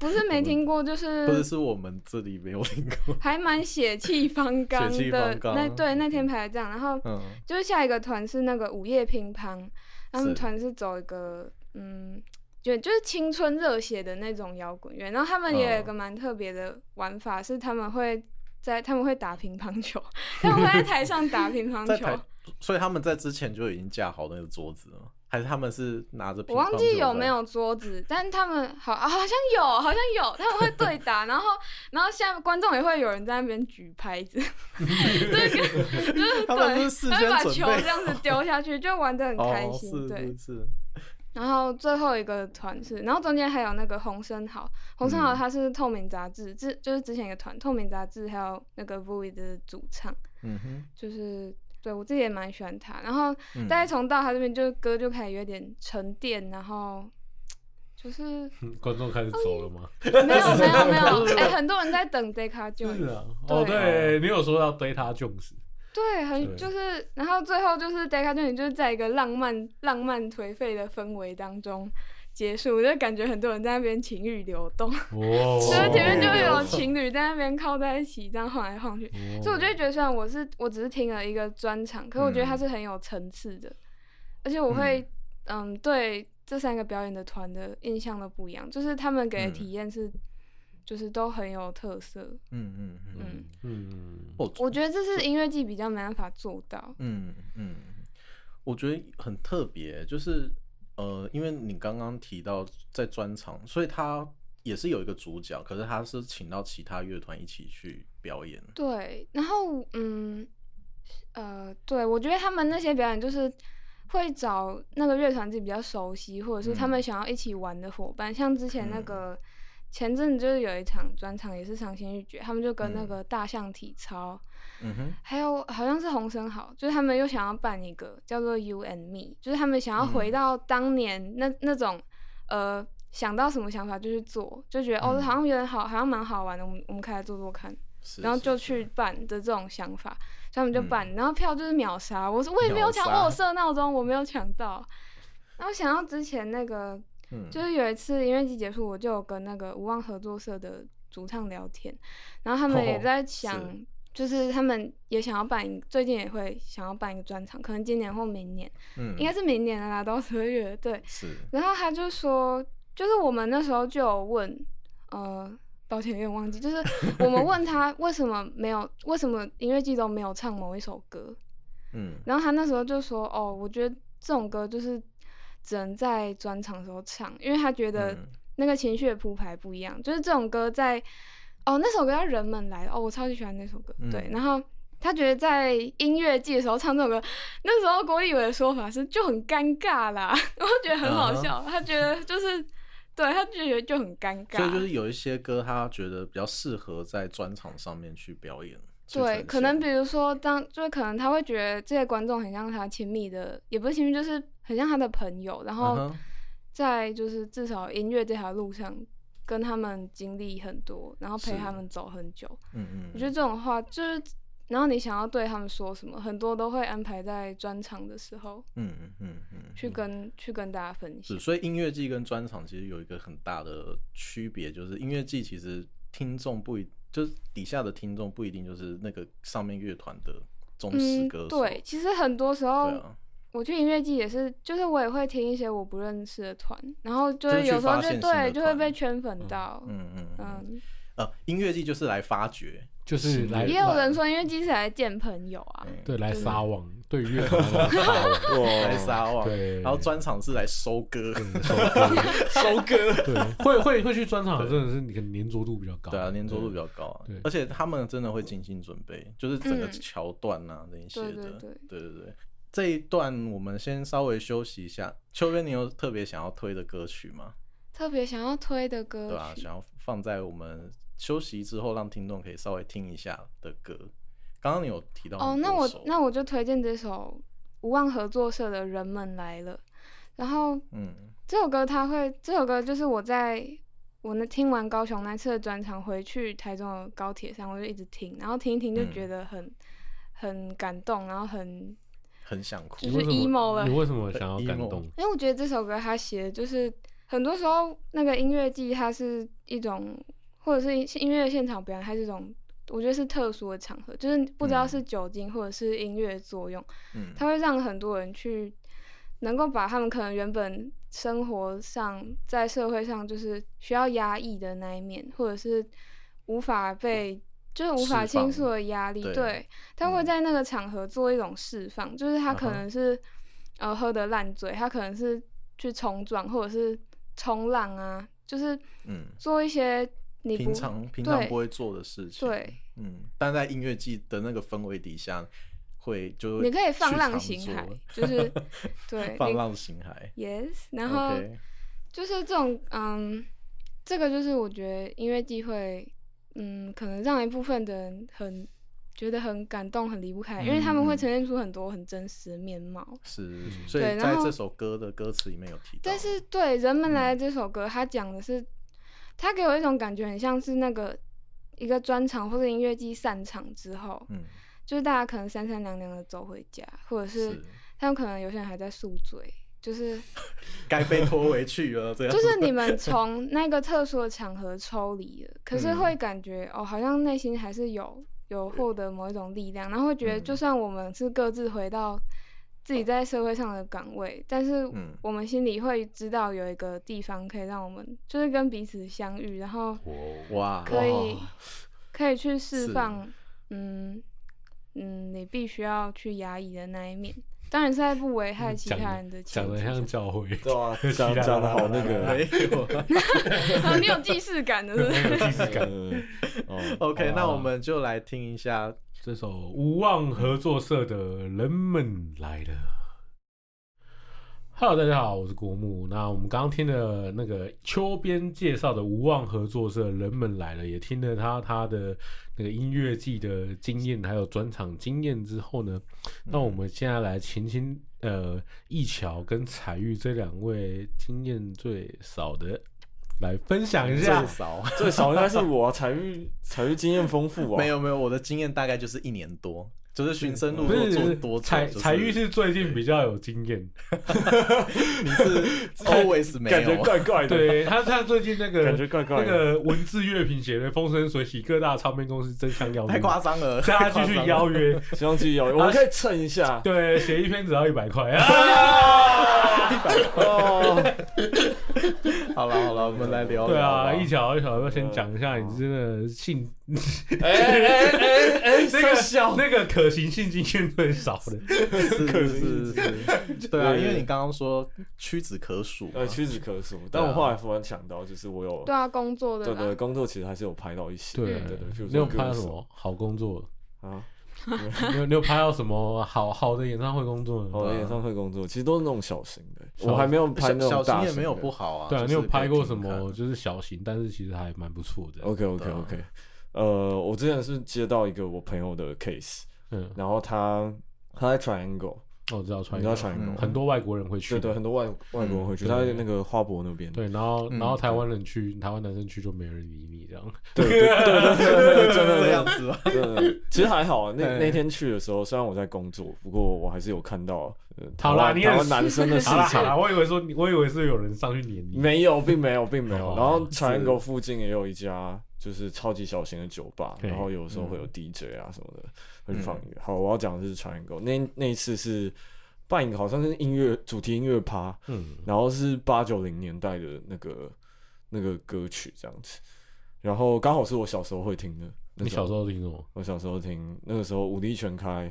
Speaker 4: 不是没听过，就是
Speaker 1: 或者是我们这里没有听过？
Speaker 4: 还蛮血气方刚
Speaker 1: 血气
Speaker 4: 的
Speaker 1: 方。刚
Speaker 4: 那对那天排这样，然后
Speaker 1: 嗯，
Speaker 4: 就是下一个团是那个午夜乒乓，他们
Speaker 1: 是
Speaker 4: 团是走一个嗯，就就是青春热血的那种摇滚乐，然后他们也有一
Speaker 1: 哦
Speaker 4: 个蛮特别的玩法，是他们会在他们会打乒乓球， 他们会在台上打乒乓
Speaker 1: 在
Speaker 4: 球。
Speaker 1: 台，所以他们在之前就已经架好那个桌子了，还是他们是拿着？
Speaker 4: 我忘记有 没。有桌子，但他们好、啊、好像有，好像有，他们会 对打，然后然后下面观众也会有人在那边举拍子， 这个就是
Speaker 1: 他们
Speaker 4: 对
Speaker 1: 是，事
Speaker 4: 他
Speaker 1: 先
Speaker 4: 会把
Speaker 1: 准
Speaker 4: 球
Speaker 1: 备
Speaker 4: 这样子丢下去，就玩的很开
Speaker 1: 哦，
Speaker 4: 心，
Speaker 1: 是
Speaker 4: 对。
Speaker 1: 是是，
Speaker 4: 然后最后一个团是，然后中间还有那个洪生豪，洪生豪
Speaker 1: 嗯
Speaker 4: 他是透明杂志，之、就是之前一个团，透明杂志还有那个 Vui 的主唱，
Speaker 1: 嗯哼，
Speaker 4: 就是对我自己也蛮喜欢他。然后
Speaker 1: 嗯
Speaker 4: 大概从到他这边，就是歌就开始有点沉淀，然后 就是
Speaker 3: 嗯观众开始走了吗？
Speaker 4: 没有没有没有，哎、很多人在等 Deca
Speaker 3: 是
Speaker 4: Jones，
Speaker 3: 啊，哦，
Speaker 4: 对
Speaker 3: 对你有说到 Data Jones，
Speaker 4: 对，
Speaker 3: 对
Speaker 4: 很就是，然后最后就是 Deca Jones 就是在一个浪漫浪漫颓废的氛围当中结束，就感觉很多人在那边情欲流动。
Speaker 3: 哦
Speaker 4: 就是前面就会有
Speaker 1: 哦
Speaker 4: 情侣在那边靠在一起，这样晃来晃
Speaker 3: 嗯
Speaker 4: 去。
Speaker 3: 哦
Speaker 4: 所以我就会觉得，虽然我是我只是听了一个专场，可我觉得它是很有层次的，而且我会嗯对这三个表演的团的印象都不一样，就是他们给的
Speaker 1: 嗯
Speaker 4: 体验是、就是都很有特色。
Speaker 1: 嗯嗯嗯嗯，
Speaker 4: 嗯，
Speaker 3: 嗯，
Speaker 1: 我
Speaker 4: 我觉得这是音乐季比较没办法做到。
Speaker 1: 嗯，嗯，我觉得很特别，就是呃，因为你刚刚提到在专场，所以他也是有一个主角，可是他是请到其他乐团一起去表演。
Speaker 4: 对，然后嗯，呃，对我觉得他们那些表演就是会找那个乐团自己比较熟悉，或者是他
Speaker 1: 嗯
Speaker 4: 们想要一起玩的伙伴，像之前那个。前阵子就是有一场专场，也是伤心欲绝，他们就跟那
Speaker 1: 嗯
Speaker 4: 个大象体操，
Speaker 1: 嗯哼，
Speaker 4: 还有好像是洪生豪，就是他们又想要办一个叫做 You and Me，就是他们想要
Speaker 1: 嗯
Speaker 4: 回到当年那、那种呃想到什么想法就去做，就觉得、哦
Speaker 1: 嗯
Speaker 4: 好像有点好，好像蛮好玩的，我们我们可以来做做看。
Speaker 1: 是
Speaker 4: 然后
Speaker 1: 是嗯
Speaker 4: 就是去办的这种想法，所以他们就办，然后票就是秒杀。我说我也没有抢，
Speaker 1: 秒杀
Speaker 4: 我有设闹钟，我没有抢到。然后想到之前那个，
Speaker 1: 嗯，
Speaker 4: 就是有一次音乐季结束，我就有跟那个无望合作社的主唱聊天，然后他们也
Speaker 1: 哦
Speaker 4: 在想，
Speaker 1: 是
Speaker 4: 就是他们也想要办一，最近也会想要办一个专场，可能今年或明年，
Speaker 1: 嗯
Speaker 4: 应该是明年了啦，到十二月了对。
Speaker 1: 是
Speaker 4: 然后他就说，就是我们那时候就有问，呃，抱歉有点忘记，就是我们问他为什么没有，为什么音乐季都没有唱某一首歌，
Speaker 1: 嗯
Speaker 4: 然后他那时候就说，哦，我觉得这种歌就是只能在专场的时候唱，因为他觉得
Speaker 1: 嗯
Speaker 4: 那个情绪的铺排不一样，就是这种歌在，哦，那首歌叫《人们来了》，哦，我超级喜欢那首歌，对
Speaker 1: 嗯，
Speaker 4: 然后。他觉得在音乐季的时候唱这首歌，那时候郭立伟的说法是就很尴尬啦， 我觉得很好
Speaker 1: 啊哈
Speaker 4: 笑。他觉得就是，对他就觉得就很尴尬，
Speaker 1: 所以就是有一些歌，他觉得比较适合在专场上面去表演。去
Speaker 4: 对，
Speaker 1: 呈
Speaker 4: 可能
Speaker 1: 现
Speaker 4: 比如说当，就是可能他会觉得这些观众很像他亲密的，也不是亲密，就是很像他的朋友，然
Speaker 1: 嗯
Speaker 4: 后
Speaker 1: 哼
Speaker 4: 在就是至少音乐这条路上跟他们经历很多，然后陪
Speaker 1: 是
Speaker 4: 他们走很久。
Speaker 1: 嗯嗯，
Speaker 4: 我觉得这种话就是，然后你想要对他们说什么，很多都会安排在专场的时候
Speaker 1: 嗯嗯嗯嗯
Speaker 4: 去跟、去跟大家分享
Speaker 1: 是，。所以音乐季跟专场其实有一个很大的区别，就是音乐季其实听众不一，就是底下的听众不一定就是那个上面乐团的忠实
Speaker 4: 嗯
Speaker 1: 歌，手。
Speaker 4: 对，其实很多时候
Speaker 1: 对啊，
Speaker 4: 我去音乐季也是，就是我也会听一些我不认识的团，然后就
Speaker 1: 就是是
Speaker 4: 有
Speaker 1: 去
Speaker 4: 时候
Speaker 1: 发
Speaker 4: 就
Speaker 1: 现新
Speaker 4: 对
Speaker 1: 的
Speaker 4: 就会被
Speaker 1: 团
Speaker 4: 圈粉到，
Speaker 1: 嗯嗯嗯，
Speaker 4: 嗯，
Speaker 1: 呃，音乐季就是来发掘，
Speaker 3: 就是来
Speaker 4: 也有人说音乐季是来见朋友啊，
Speaker 1: 嗯
Speaker 3: 对来
Speaker 4: 就是
Speaker 3: 撒网，对于乐团来撒网
Speaker 2: 哇，
Speaker 1: 来撒 网，
Speaker 3: 对
Speaker 1: 然后专场是来收割，
Speaker 2: 收割，
Speaker 3: 对，会会会去专场的真的是你可能粘着度比较高，
Speaker 1: 对啊，粘着度比较高啊
Speaker 3: 对，
Speaker 1: 而且他们真的会精心准备，就是整个
Speaker 4: 嗯
Speaker 1: 桥段啊、那一些
Speaker 4: 对对
Speaker 1: 的，
Speaker 4: 对
Speaker 1: 对对对这一段我们先稍微休息一下。秋边，你有特别想要推的歌曲吗？
Speaker 4: 特别想要推的歌
Speaker 1: 对
Speaker 4: 曲，
Speaker 1: 吧、想要放在我们休息之后，让听众可以稍微听一下的歌。刚刚你有提到
Speaker 4: 哦，
Speaker 1: 很
Speaker 4: 那
Speaker 1: 多
Speaker 4: 我
Speaker 1: 首
Speaker 4: 那我就推荐这首无望合作社的《人们来了》，然后
Speaker 1: 嗯
Speaker 4: 这首歌它会，这首歌就是我在我那听完高雄那次的专场，回去台中的高铁上，我就一直听，然后听一听就
Speaker 1: 嗯
Speaker 4: 觉得很、很感动，然后很
Speaker 1: 很想哭
Speaker 4: 就
Speaker 3: 啊
Speaker 4: 是
Speaker 3: 你为什么
Speaker 4: emo 了
Speaker 3: 你为什么想要感
Speaker 1: emo
Speaker 3: 动？
Speaker 4: 因为我觉得这首歌他写的就是很多时候那个音乐季，它是一种或者是音音乐现场表演，它是一种我觉得是特殊的场合，就是不知道
Speaker 1: 嗯
Speaker 4: 是酒精或者是音乐的作用，
Speaker 1: 嗯
Speaker 4: 它会让很多人去能够把他们可能原本生活上在社会上就是需要压抑的那一面，或者是无法被就是无法
Speaker 1: 释放
Speaker 4: 倾诉的压力，
Speaker 1: 对
Speaker 4: 对，他会
Speaker 1: 嗯
Speaker 4: 在那个场合做一种释放，就是他可
Speaker 1: 啊哈
Speaker 4: 能是、呃喝得烂醉，他可能是去冲撞或者是冲浪啊，就是
Speaker 1: 嗯，
Speaker 4: 做一些你不
Speaker 1: 平常平常
Speaker 4: 对
Speaker 1: 不会做的事情，
Speaker 4: 对，
Speaker 1: 嗯，但在音乐季的那个氛围底下，会就
Speaker 4: 你可以放
Speaker 1: 去
Speaker 4: 浪
Speaker 1: 常
Speaker 4: 形
Speaker 1: 做
Speaker 4: 骸，就是对
Speaker 1: 放
Speaker 4: 你
Speaker 1: 浪形骸，
Speaker 4: yes，然后。
Speaker 1: OK，
Speaker 4: 就是这种，嗯，这个就是我觉得音乐季会，嗯，可能让一部分的人很觉得很感动，很离不开，因为他们会
Speaker 1: 嗯
Speaker 4: 呈现出很多很真实的面貌。
Speaker 1: 是，
Speaker 3: 嗯
Speaker 1: 所以
Speaker 4: 对然
Speaker 1: 在
Speaker 4: 后
Speaker 1: 这首歌的歌词里面有提到，
Speaker 4: 但是对人们
Speaker 1: 嗯
Speaker 4: 来这首歌，它讲的是，它给我一种感觉，很像是那个一个专场或者音乐季散场之后，
Speaker 1: 嗯
Speaker 4: 就是大家可能三三两两的走回家，或者是
Speaker 1: 是
Speaker 4: 他们可能有些人还在宿醉，就是
Speaker 1: 该被拖回去了，这样
Speaker 4: 就是你们从那个特殊的场合抽离了，可是
Speaker 1: 嗯
Speaker 4: 会感觉、哦，好像内心还是有有获得某一种力量，然后会觉得，
Speaker 1: 嗯
Speaker 4: 就算我们是各自回到自己在社会上的岗位，但是
Speaker 1: 嗯
Speaker 4: 我们心里会知道有一个地方可以让我们就是跟彼此相遇，然后
Speaker 1: 哇，
Speaker 4: 可以
Speaker 2: 哇
Speaker 4: 可以去释
Speaker 1: 是
Speaker 4: 放，嗯嗯，你必须要去压抑的那一面，当然是在不危害其
Speaker 3: 嗯讲
Speaker 4: 他
Speaker 3: 得
Speaker 4: 人的
Speaker 3: 讲
Speaker 4: 情
Speaker 3: 的
Speaker 4: 绪
Speaker 3: 像
Speaker 4: 下。
Speaker 3: 教 会，
Speaker 2: 对啊， 讲讲的好那
Speaker 1: 没
Speaker 2: 个，
Speaker 1: 有啊
Speaker 4: 啊 你有既视感的是不是？
Speaker 3: 有既视感。
Speaker 2: 哦，
Speaker 1: ，OK，
Speaker 3: 好啊
Speaker 1: 那我们就来听一下
Speaker 3: 这首无望合作社的《人们来了》。Hello，大家好，我是国木。那我们刚刚听了那个秋边介绍的无望合作社《人们来了》，也听了他他的那个音乐季的经验，还有专场经验之后呢，那我
Speaker 1: 嗯
Speaker 3: 们现在来请请呃易桥跟彩玉这两位经验最少的来分享一
Speaker 1: 最
Speaker 3: 下。
Speaker 1: 少。
Speaker 2: 最少应该是我啊，彩玉彩玉经验丰富啊，
Speaker 1: 没有没有，我的经验大概就是一年多，就是寻声入
Speaker 3: 不
Speaker 1: 座
Speaker 3: 是
Speaker 1: 做
Speaker 3: 不
Speaker 1: 多久
Speaker 3: 是，彩
Speaker 1: 就是
Speaker 3: 彩玉是最近比较有经 验，
Speaker 1: 你是 always 没
Speaker 2: 感觉
Speaker 1: 有，
Speaker 2: 怪怪的，
Speaker 3: 对他，他最近那个
Speaker 2: 感觉怪怪
Speaker 3: 那
Speaker 2: 的
Speaker 3: 个文字乐评写的风生水起，各大唱片公司争相邀
Speaker 1: 太
Speaker 3: 约，
Speaker 1: 夸张了，
Speaker 3: 大家
Speaker 1: 太夸
Speaker 3: 继续
Speaker 1: 张了
Speaker 3: 邀约，
Speaker 2: 希望自己有，我们可以蹭一下。
Speaker 3: 对，写一篇只要一百块啊，
Speaker 2: 哦，
Speaker 1: 好了好了，我们来聊聊
Speaker 3: 对啊，
Speaker 1: 吧
Speaker 3: 一桥一桥，要先讲一下你真的性
Speaker 2: 哎哎哎哎，
Speaker 3: 那
Speaker 2: 这个
Speaker 3: 个
Speaker 2: 笑，
Speaker 3: 那个可行性经验最少的，
Speaker 1: 是
Speaker 2: 可
Speaker 1: 是是
Speaker 2: 行
Speaker 1: 是，对啊，
Speaker 2: 对
Speaker 1: 因为你刚刚说屈指可数嘛，
Speaker 2: 呃，屈指可数。但我后来突然想到，就是我有
Speaker 4: 对啊，工作的
Speaker 2: 对
Speaker 4: 啦。
Speaker 2: 对工作，其实还是有拍到一些，
Speaker 3: 对
Speaker 2: 对对，譬如
Speaker 3: 你有
Speaker 2: 说
Speaker 3: 拍到
Speaker 2: 歌
Speaker 3: 什
Speaker 2: 手
Speaker 3: 么好工作？
Speaker 2: 啊，
Speaker 3: 你有你有拍到什么好好的演唱会工作呢？
Speaker 2: 我的演唱会工作，其实都是那种小型的，
Speaker 3: 小
Speaker 2: 我还没有拍
Speaker 1: 小
Speaker 2: 那
Speaker 1: 小
Speaker 2: 种大
Speaker 1: 型也
Speaker 2: 型
Speaker 1: 没有
Speaker 2: 的
Speaker 1: 不好啊，
Speaker 3: 对啊，
Speaker 1: 就
Speaker 3: 你
Speaker 1: 是
Speaker 3: 有拍过
Speaker 1: 可
Speaker 3: 什
Speaker 1: 以
Speaker 3: 么
Speaker 1: 听听
Speaker 3: 就是小型，但是其实还蛮不错的。
Speaker 2: OK OK
Speaker 1: 对啊
Speaker 2: OK，呃，我之前是接到一个我朋友的 case，
Speaker 3: 嗯，
Speaker 2: 然后他他在 Triangle，
Speaker 3: 我知道穿
Speaker 2: 你
Speaker 3: 一
Speaker 2: 知
Speaker 3: 个
Speaker 2: 道 Triangle
Speaker 1: 嗯
Speaker 2: 吗
Speaker 3: 很多外国人会去
Speaker 2: 对
Speaker 3: 嘛，
Speaker 2: 对，很多外外国人会去，
Speaker 3: 嗯
Speaker 2: 他在
Speaker 3: 对
Speaker 2: 那个花博那边，
Speaker 3: 对，然后
Speaker 1: 嗯
Speaker 3: 然后台湾人去，台湾男生去就没人理你这样。
Speaker 2: 对对对对对对，
Speaker 1: 看
Speaker 2: 真的
Speaker 1: 这样子啊，
Speaker 2: 真的真的， 其实还好啊。那
Speaker 1: 嗯
Speaker 2: 那天去的时候，虽然我在工作，不过我还是有看到呃台
Speaker 3: 好啦
Speaker 2: 湾
Speaker 3: 你也
Speaker 2: 台湾
Speaker 3: 是
Speaker 2: 男生的事
Speaker 3: 好啦
Speaker 2: 情
Speaker 3: 好，啦，我以为说你，我以为是有人上去撵你。
Speaker 2: 没有，并没有，并没有。
Speaker 3: 哦
Speaker 2: 然后 Triangle 附近也有一家就是超级小型的酒吧，
Speaker 3: 对嗯
Speaker 2: 然后有时候会有 DJ 啊什么的，会去放音乐。好，我要讲的是 Triangle 那那一次是办一个好像是音乐主题音乐趴，
Speaker 3: 嗯，
Speaker 2: 然后是八九零年代的那个那个歌曲这样子，然后刚好是我小时候会听的。那
Speaker 3: 你小时
Speaker 2: 候？
Speaker 3: 候听什么？
Speaker 2: 我小时候听那个时候武力全开，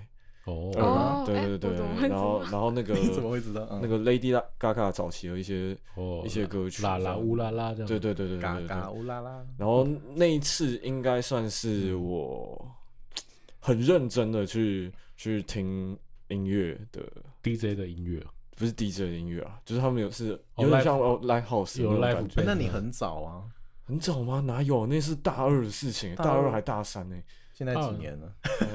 Speaker 4: 哦
Speaker 3: 哦
Speaker 2: 呃对
Speaker 4: 哎
Speaker 2: 对
Speaker 4: 我
Speaker 2: 对
Speaker 4: 怎么会
Speaker 2: 对，然后
Speaker 4: 知
Speaker 2: 然后那个
Speaker 1: 你 怎么会知道？嗯
Speaker 2: 那个 Lady Gaga 早期的一些
Speaker 3: 哦，
Speaker 2: 一些歌曲
Speaker 3: 啦
Speaker 2: 这
Speaker 3: 啦
Speaker 2: 样
Speaker 3: 乌啦啦这样。
Speaker 2: 对对对对对
Speaker 1: 嘎
Speaker 2: 对对
Speaker 1: 嘎乌拉拉，
Speaker 2: 然后那一次应该算是我很认真的去去听音乐的，
Speaker 3: ，DJ 的音乐
Speaker 2: 不是 DJ 的音乐啊，就是他们有是
Speaker 3: 哦
Speaker 2: 有点
Speaker 3: live-
Speaker 2: 像哦 live house
Speaker 3: 有
Speaker 2: 那种
Speaker 3: live
Speaker 2: 感觉。
Speaker 3: band
Speaker 1: 那你很早啊，
Speaker 2: 很早吗？哪有？那是大二的事情，
Speaker 1: 大
Speaker 2: 大
Speaker 1: 二
Speaker 2: 二还大三呢、
Speaker 1: 现在
Speaker 3: 啊
Speaker 1: 几年了？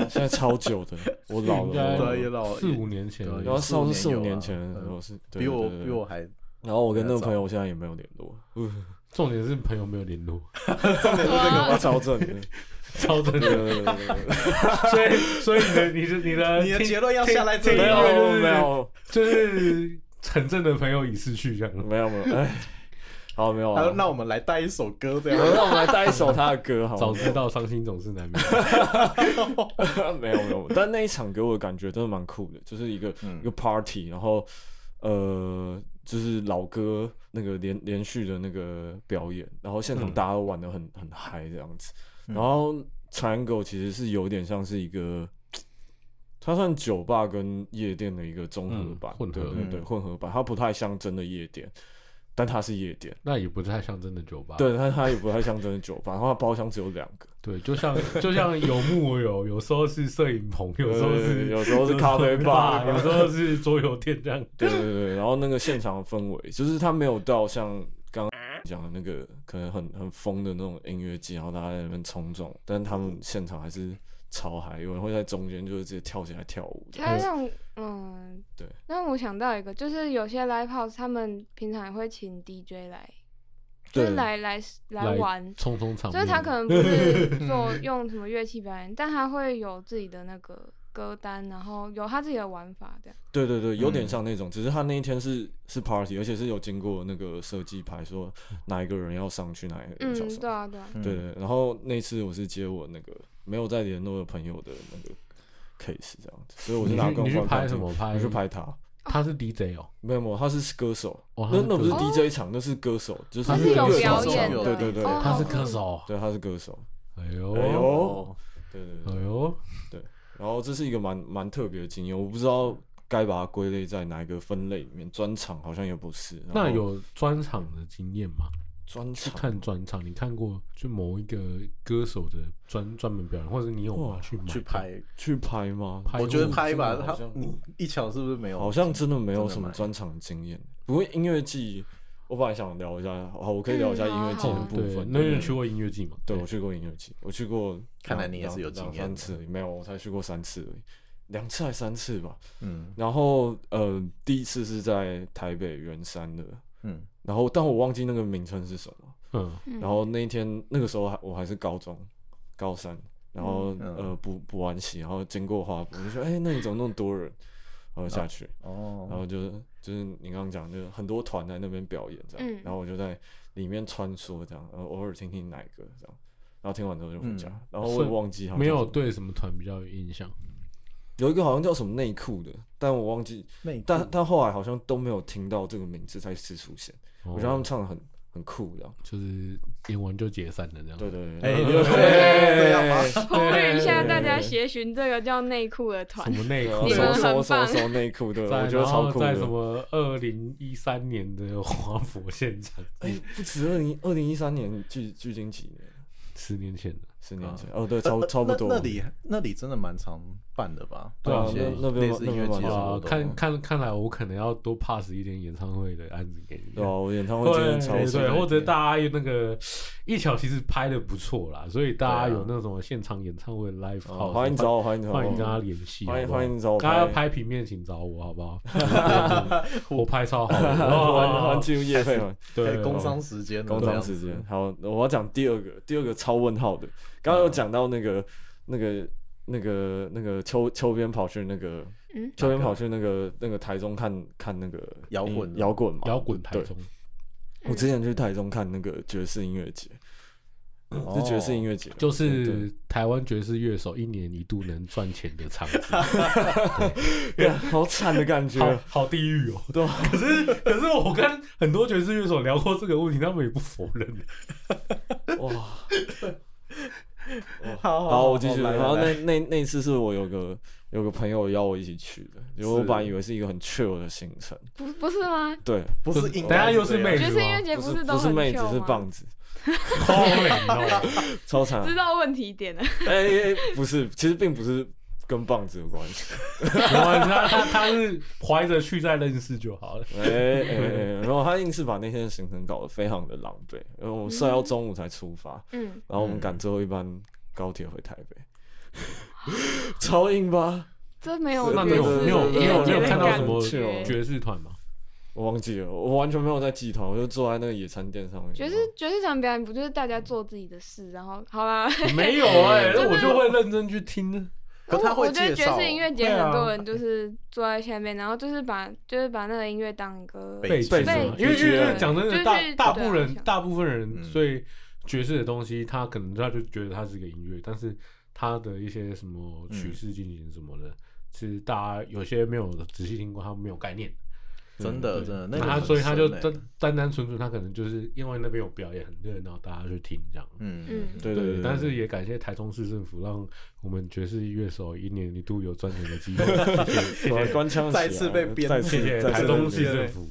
Speaker 2: 现在超久的，我老
Speaker 3: 应该
Speaker 2: 了。
Speaker 1: 对
Speaker 2: 我
Speaker 1: 也
Speaker 2: 老了
Speaker 1: 老
Speaker 3: 四五年前而
Speaker 1: 对
Speaker 3: 已
Speaker 2: 哦然后
Speaker 1: 四五
Speaker 2: 上
Speaker 1: 年
Speaker 2: 四五
Speaker 1: 有啊
Speaker 2: 年前的时候
Speaker 1: 嗯
Speaker 2: 是，对
Speaker 1: 比我
Speaker 2: 对对
Speaker 1: 比我还
Speaker 2: 然后我跟那个朋友现在也没有联络，
Speaker 3: 重点是朋友没有联 络，
Speaker 4: 哇
Speaker 2: 超正的。
Speaker 3: 超真
Speaker 2: 对啊对对对
Speaker 3: 的。
Speaker 2: 对对
Speaker 3: 所以，所以你的、你的、你的、
Speaker 1: 你的
Speaker 3: 听
Speaker 1: 结论要下来这
Speaker 3: 听
Speaker 1: 里
Speaker 2: 没
Speaker 3: 听音乐
Speaker 2: 有
Speaker 3: 就是
Speaker 2: 没有
Speaker 3: 就是很正的朋友已逝去这样。
Speaker 2: 没有没有，哎，好没有
Speaker 1: 好
Speaker 2: 啊。
Speaker 1: 那我们来带一首歌这
Speaker 2: 我们
Speaker 1: 样。
Speaker 2: 让我们来带一首他的歌好
Speaker 3: 早
Speaker 2: 了。
Speaker 3: 知道伤心总是 难免。
Speaker 2: 没有没有，但那一场给我的感觉真的蛮酷的，就是一个、
Speaker 1: 嗯
Speaker 2: 一个 party，然后呃，就是老歌那个连连续的那个表演，然后现场
Speaker 3: 嗯
Speaker 2: 大家都玩的很、很嗨这样子。然后 Triangle 其实是有点像是一个，它算酒吧跟夜店的一个综合
Speaker 3: 嗯
Speaker 2: 版，
Speaker 3: 混合
Speaker 2: 对对对，
Speaker 1: 嗯
Speaker 2: 混合版，它不太像真的夜店，但它是夜店。
Speaker 3: 那也不太像真的酒吧。
Speaker 2: 对，它它也不太像真的酒吧，然后它包厢只有两个，
Speaker 3: 对，就像就像有木有，有时候是摄影棚， 有时候
Speaker 2: 对
Speaker 3: 是
Speaker 2: 有时候是咖啡吧，
Speaker 3: 有时候是桌游店这样。
Speaker 2: 对对对，然后那个现场的氛围，就是它没有到像刚刚
Speaker 3: 啊
Speaker 2: 讲的那个可能很很疯的那种音乐季，然后大家在那边冲撞，但他们现场还是超嗨，有人会在中间就是直接跳起来跳舞这样。
Speaker 4: 还有那种，嗯，
Speaker 2: 对。
Speaker 4: 让我想到一个，就是有些 live house 他们平常也会请 DJ 来，就是
Speaker 2: 对
Speaker 4: 来来来玩，
Speaker 3: 冲冲场
Speaker 4: 就是
Speaker 3: 面，
Speaker 4: 他可 能不是做用什么乐器表演，但他会有自己的那个歌单，然后有他自己的玩法这样。
Speaker 2: 对对对，有点
Speaker 1: 嗯
Speaker 2: 像那种，只是他那一天是是 party，而且是有经过那个设计牌， 说哪一个人要上去，哪一个人
Speaker 4: 嗯
Speaker 2: 要上，去。
Speaker 4: 对啊，对啊，
Speaker 2: 对对，然后那次我是接我那个没有再联络的朋友的那个 case 这样子，所以我
Speaker 3: 你
Speaker 2: 是拿
Speaker 3: 去
Speaker 2: 光
Speaker 3: 你去
Speaker 2: 环
Speaker 3: 拍什？么
Speaker 2: 我
Speaker 3: 拍？
Speaker 2: 去，拍他，
Speaker 3: 他是 DJ 哦，
Speaker 2: 没有没有，他是歌手，
Speaker 3: 哦
Speaker 2: 那那不是
Speaker 4: 歌手
Speaker 2: DJ 场，那是歌手，就是
Speaker 3: 他是
Speaker 2: 乐
Speaker 3: 有
Speaker 2: 手
Speaker 1: 表演
Speaker 2: 上
Speaker 1: 的
Speaker 2: 对对对，
Speaker 4: 哦
Speaker 3: 他是歌手。
Speaker 2: 对他是歌手，
Speaker 3: 哎呦
Speaker 2: 哎
Speaker 3: 哎
Speaker 2: 呦，对对对，
Speaker 3: 呦，
Speaker 2: 然后这是一个蛮蛮特别的经验，我不知道该把它归类在哪一个分类里面，专场好像也不是，然
Speaker 3: 那
Speaker 2: 后
Speaker 3: 有专场的经验吗？
Speaker 2: 专
Speaker 3: 去
Speaker 2: 场
Speaker 3: 看专场，你看过就某一个歌手的专专门表演，或者你有吗？
Speaker 2: 哇
Speaker 3: 去买
Speaker 1: 去拍，
Speaker 2: 哦去拍吗？
Speaker 3: 拍过？
Speaker 1: 我觉得拍吧，
Speaker 2: 真的
Speaker 1: 他
Speaker 2: 好像
Speaker 1: 你一桥是不是没有？
Speaker 2: 好像真的没有
Speaker 1: 真的
Speaker 2: 什么
Speaker 1: 蛮
Speaker 2: 专场经验，不过音乐季我本来想聊一下，好，我可以聊一下
Speaker 4: 嗯
Speaker 2: 音乐季
Speaker 4: 好
Speaker 2: 的
Speaker 4: 啊
Speaker 2: 部
Speaker 3: 哦对，
Speaker 2: 分。
Speaker 3: 那你有
Speaker 2: 对
Speaker 3: 去过音乐季吗？
Speaker 2: 对，我去过音乐季，我去过，
Speaker 1: 看来
Speaker 2: 两
Speaker 1: 你也是有
Speaker 2: 两
Speaker 1: 经验
Speaker 2: 两三
Speaker 1: 的
Speaker 2: 次而已，没有，我才去过三次而已，两次还三次吧。
Speaker 1: 嗯
Speaker 2: 然后呃，第一次是在台北圆山的，
Speaker 1: 嗯
Speaker 2: 然后但我忘记那个名称是什么。
Speaker 3: 嗯，
Speaker 4: 嗯
Speaker 2: 然后那一天那个时候还我还是高中高三，然后、
Speaker 1: 嗯
Speaker 2: 呃补补完习，然后经过花博，我就说哎、那里怎么那么多人？然后下去，然
Speaker 1: 哦，
Speaker 2: 后就是就是你刚刚讲，就是很多团在那边表演这样，
Speaker 4: 嗯
Speaker 2: 然后我就在里面穿梭这样，然后偶尔听听哪一个这样，然后听完之后就回家，
Speaker 1: 嗯
Speaker 2: 然后我
Speaker 3: 是
Speaker 2: 也忘记好像
Speaker 3: 没有
Speaker 2: 叫什么
Speaker 3: 对什么团比较有印象。
Speaker 2: 有一个好像叫什么内裤的，但我忘记，
Speaker 1: 那
Speaker 2: 但但后来好像都没有听到这个名字再次出现，
Speaker 3: 我
Speaker 2: 我觉得他们唱的很很酷这样，
Speaker 3: 哦嗯就是演完就解散了这样。
Speaker 2: 对对
Speaker 1: 哎
Speaker 2: 对，
Speaker 1: 你有这样吗
Speaker 2: 吗？
Speaker 4: 呼吁一下大家，协寻这个叫内裤的团
Speaker 3: 什，么内裤啊
Speaker 2: 搜
Speaker 4: 你们很
Speaker 2: 搜搜
Speaker 4: 棒
Speaker 2: 搜内裤啊的，
Speaker 3: 在
Speaker 2: 我觉得超酷
Speaker 3: 然后在
Speaker 2: 的
Speaker 3: 什。么二零一三年的华府现场，
Speaker 2: 哎，不止二零二零一三年，距距今几年？
Speaker 3: 十年前的，
Speaker 2: 十年
Speaker 1: 啊
Speaker 2: 前哦，对，超超不多。
Speaker 1: 那那里那里真的蛮常办的吧？
Speaker 3: 对啊
Speaker 1: 办一些
Speaker 2: 那那边
Speaker 1: 类似
Speaker 2: 那
Speaker 1: 音
Speaker 2: 边
Speaker 1: 乐节
Speaker 2: 蛮
Speaker 1: 的
Speaker 2: 常
Speaker 1: 活动
Speaker 3: 哇，啊
Speaker 1: 啊
Speaker 3: 看看看来我可能要多 pass 一点演唱会的案子给你。
Speaker 2: 对啊，我演唱会
Speaker 3: 对
Speaker 2: 真的超
Speaker 3: 对
Speaker 2: 级
Speaker 3: 对，或者大家有那个一巧其实拍的不错啦，所以大家有那种现场演唱会 live
Speaker 2: 啊
Speaker 3: house，
Speaker 2: 欢迎找我，欢迎找我，
Speaker 3: 欢迎跟他联 系，
Speaker 2: 欢迎
Speaker 3: 好不好
Speaker 2: 欢迎找我，
Speaker 3: 大家要哦拍平面请找我好不 好？我拍超好的，哦
Speaker 2: 玩
Speaker 3: 哇
Speaker 2: 玩进入夜配 嘛，
Speaker 1: 可
Speaker 3: 对哦
Speaker 1: 以工商时间，
Speaker 2: 啊工商时间。。好，我要讲第二个，第二个超问号的，刚刚有讲到那个那个那个那个秋秋边跑去那个
Speaker 4: 嗯，
Speaker 2: 秋边跑去那个那个台中看看那个
Speaker 1: 摇滚啊
Speaker 2: 音摇滚嘛，
Speaker 3: 摇滚台
Speaker 2: 对。
Speaker 3: 中，
Speaker 2: 我之前去台中看那个爵士音乐节，
Speaker 1: 哦
Speaker 2: 是爵士音乐节吗，
Speaker 3: 就
Speaker 2: 对
Speaker 3: 是台湾爵士乐手一年一度能赚钱的场 子，
Speaker 2: 对啊好惨的感觉，
Speaker 3: 好好地狱哦。
Speaker 2: 对啊，
Speaker 3: 可是可是我跟很多爵士乐手聊过这个问题，他们也不否 认。
Speaker 2: 哇。
Speaker 1: 哦好
Speaker 2: 好，我继续。
Speaker 1: 来来
Speaker 2: 然后那
Speaker 1: 来
Speaker 2: 那那一次是我有个有个朋友邀我一起去的，因为我
Speaker 1: 是
Speaker 2: 本来以为是一个很 chill 的行程，
Speaker 4: 不不是吗？
Speaker 2: 对，
Speaker 1: 不是应该这样，
Speaker 3: 等下又是妹
Speaker 4: 爵士音乐节
Speaker 2: 不
Speaker 4: 是
Speaker 2: 是
Speaker 4: 都
Speaker 2: 不是
Speaker 4: 很
Speaker 2: 妹子
Speaker 4: chill
Speaker 2: 是
Speaker 4: 吗
Speaker 2: 棒子，
Speaker 3: 超美哦，
Speaker 2: 超 惨。啊
Speaker 4: 知道问题 点了，
Speaker 2: 哎哎，哎不是，其实并不是跟棒子有关系。
Speaker 3: 没关系，他他他是怀着去再认识就好了。
Speaker 2: 哎哎哎，哎然后他硬是把那天的行程搞得非常的狼狈，因为我们睡到中午才出发，
Speaker 4: 嗯，
Speaker 2: 然后我们
Speaker 1: 嗯
Speaker 2: 赶最后一班高铁回台北， 超硬吧？
Speaker 4: 这没有
Speaker 2: 那
Speaker 3: 你有
Speaker 4: 爵士
Speaker 3: 你有
Speaker 4: 音乐
Speaker 3: 你有
Speaker 4: 节
Speaker 3: 你有
Speaker 4: 的
Speaker 3: 看到
Speaker 4: 感
Speaker 3: 什么
Speaker 4: 觉
Speaker 3: 爵士团吗？
Speaker 2: 我忘记了，我完全没有在记头，我就坐在那个野餐垫上面。
Speaker 4: 爵士
Speaker 1: 嗯
Speaker 4: 爵士场表演不就是大家做自己的事，然后好啦，
Speaker 3: 没有哎、那我就会认真去听。
Speaker 1: 可他
Speaker 4: 我
Speaker 1: 会
Speaker 4: 我觉
Speaker 1: 介
Speaker 4: 得爵
Speaker 1: 绍
Speaker 4: 士音乐节
Speaker 3: 对啊
Speaker 4: 很多人就是坐在下面，然后就是把就是把那个音乐当一个
Speaker 1: 背
Speaker 3: 景
Speaker 2: 背
Speaker 3: 嘛
Speaker 2: 景
Speaker 3: 因为因为因为
Speaker 4: 对
Speaker 3: 讲真
Speaker 4: 就
Speaker 3: 的，
Speaker 4: 是
Speaker 3: 大
Speaker 4: 对啊
Speaker 3: 大部分人
Speaker 4: 想
Speaker 3: 大部分人
Speaker 1: 嗯
Speaker 3: 对爵士的东西，他可能他就觉得它是一个音乐，但是他的一些什么曲式进行什么的，其实大家有些没有仔细听过，他没有概念。
Speaker 2: 嗯
Speaker 1: 真的
Speaker 3: 对
Speaker 1: 真的，
Speaker 3: 那
Speaker 1: 那个
Speaker 3: 他
Speaker 1: 很
Speaker 3: 所以他就
Speaker 1: 深欸
Speaker 3: 单单单纯纯，他可能就是因为那边有表演很热闹，大家去听这样。
Speaker 1: 嗯
Speaker 4: 嗯
Speaker 2: 对对对，
Speaker 3: 但是也感谢台中市政府，让我们爵士乐手一年一度有赚钱的机会。谢谢，谢
Speaker 2: 把
Speaker 3: 谢
Speaker 2: 官腔起
Speaker 1: 再
Speaker 2: 来
Speaker 1: 次被编
Speaker 2: 再
Speaker 1: 制
Speaker 2: 次
Speaker 3: 谢谢
Speaker 2: 再次
Speaker 3: 台
Speaker 2: 被
Speaker 3: 中
Speaker 2: 编
Speaker 3: 市
Speaker 1: 谢谢
Speaker 3: 政府。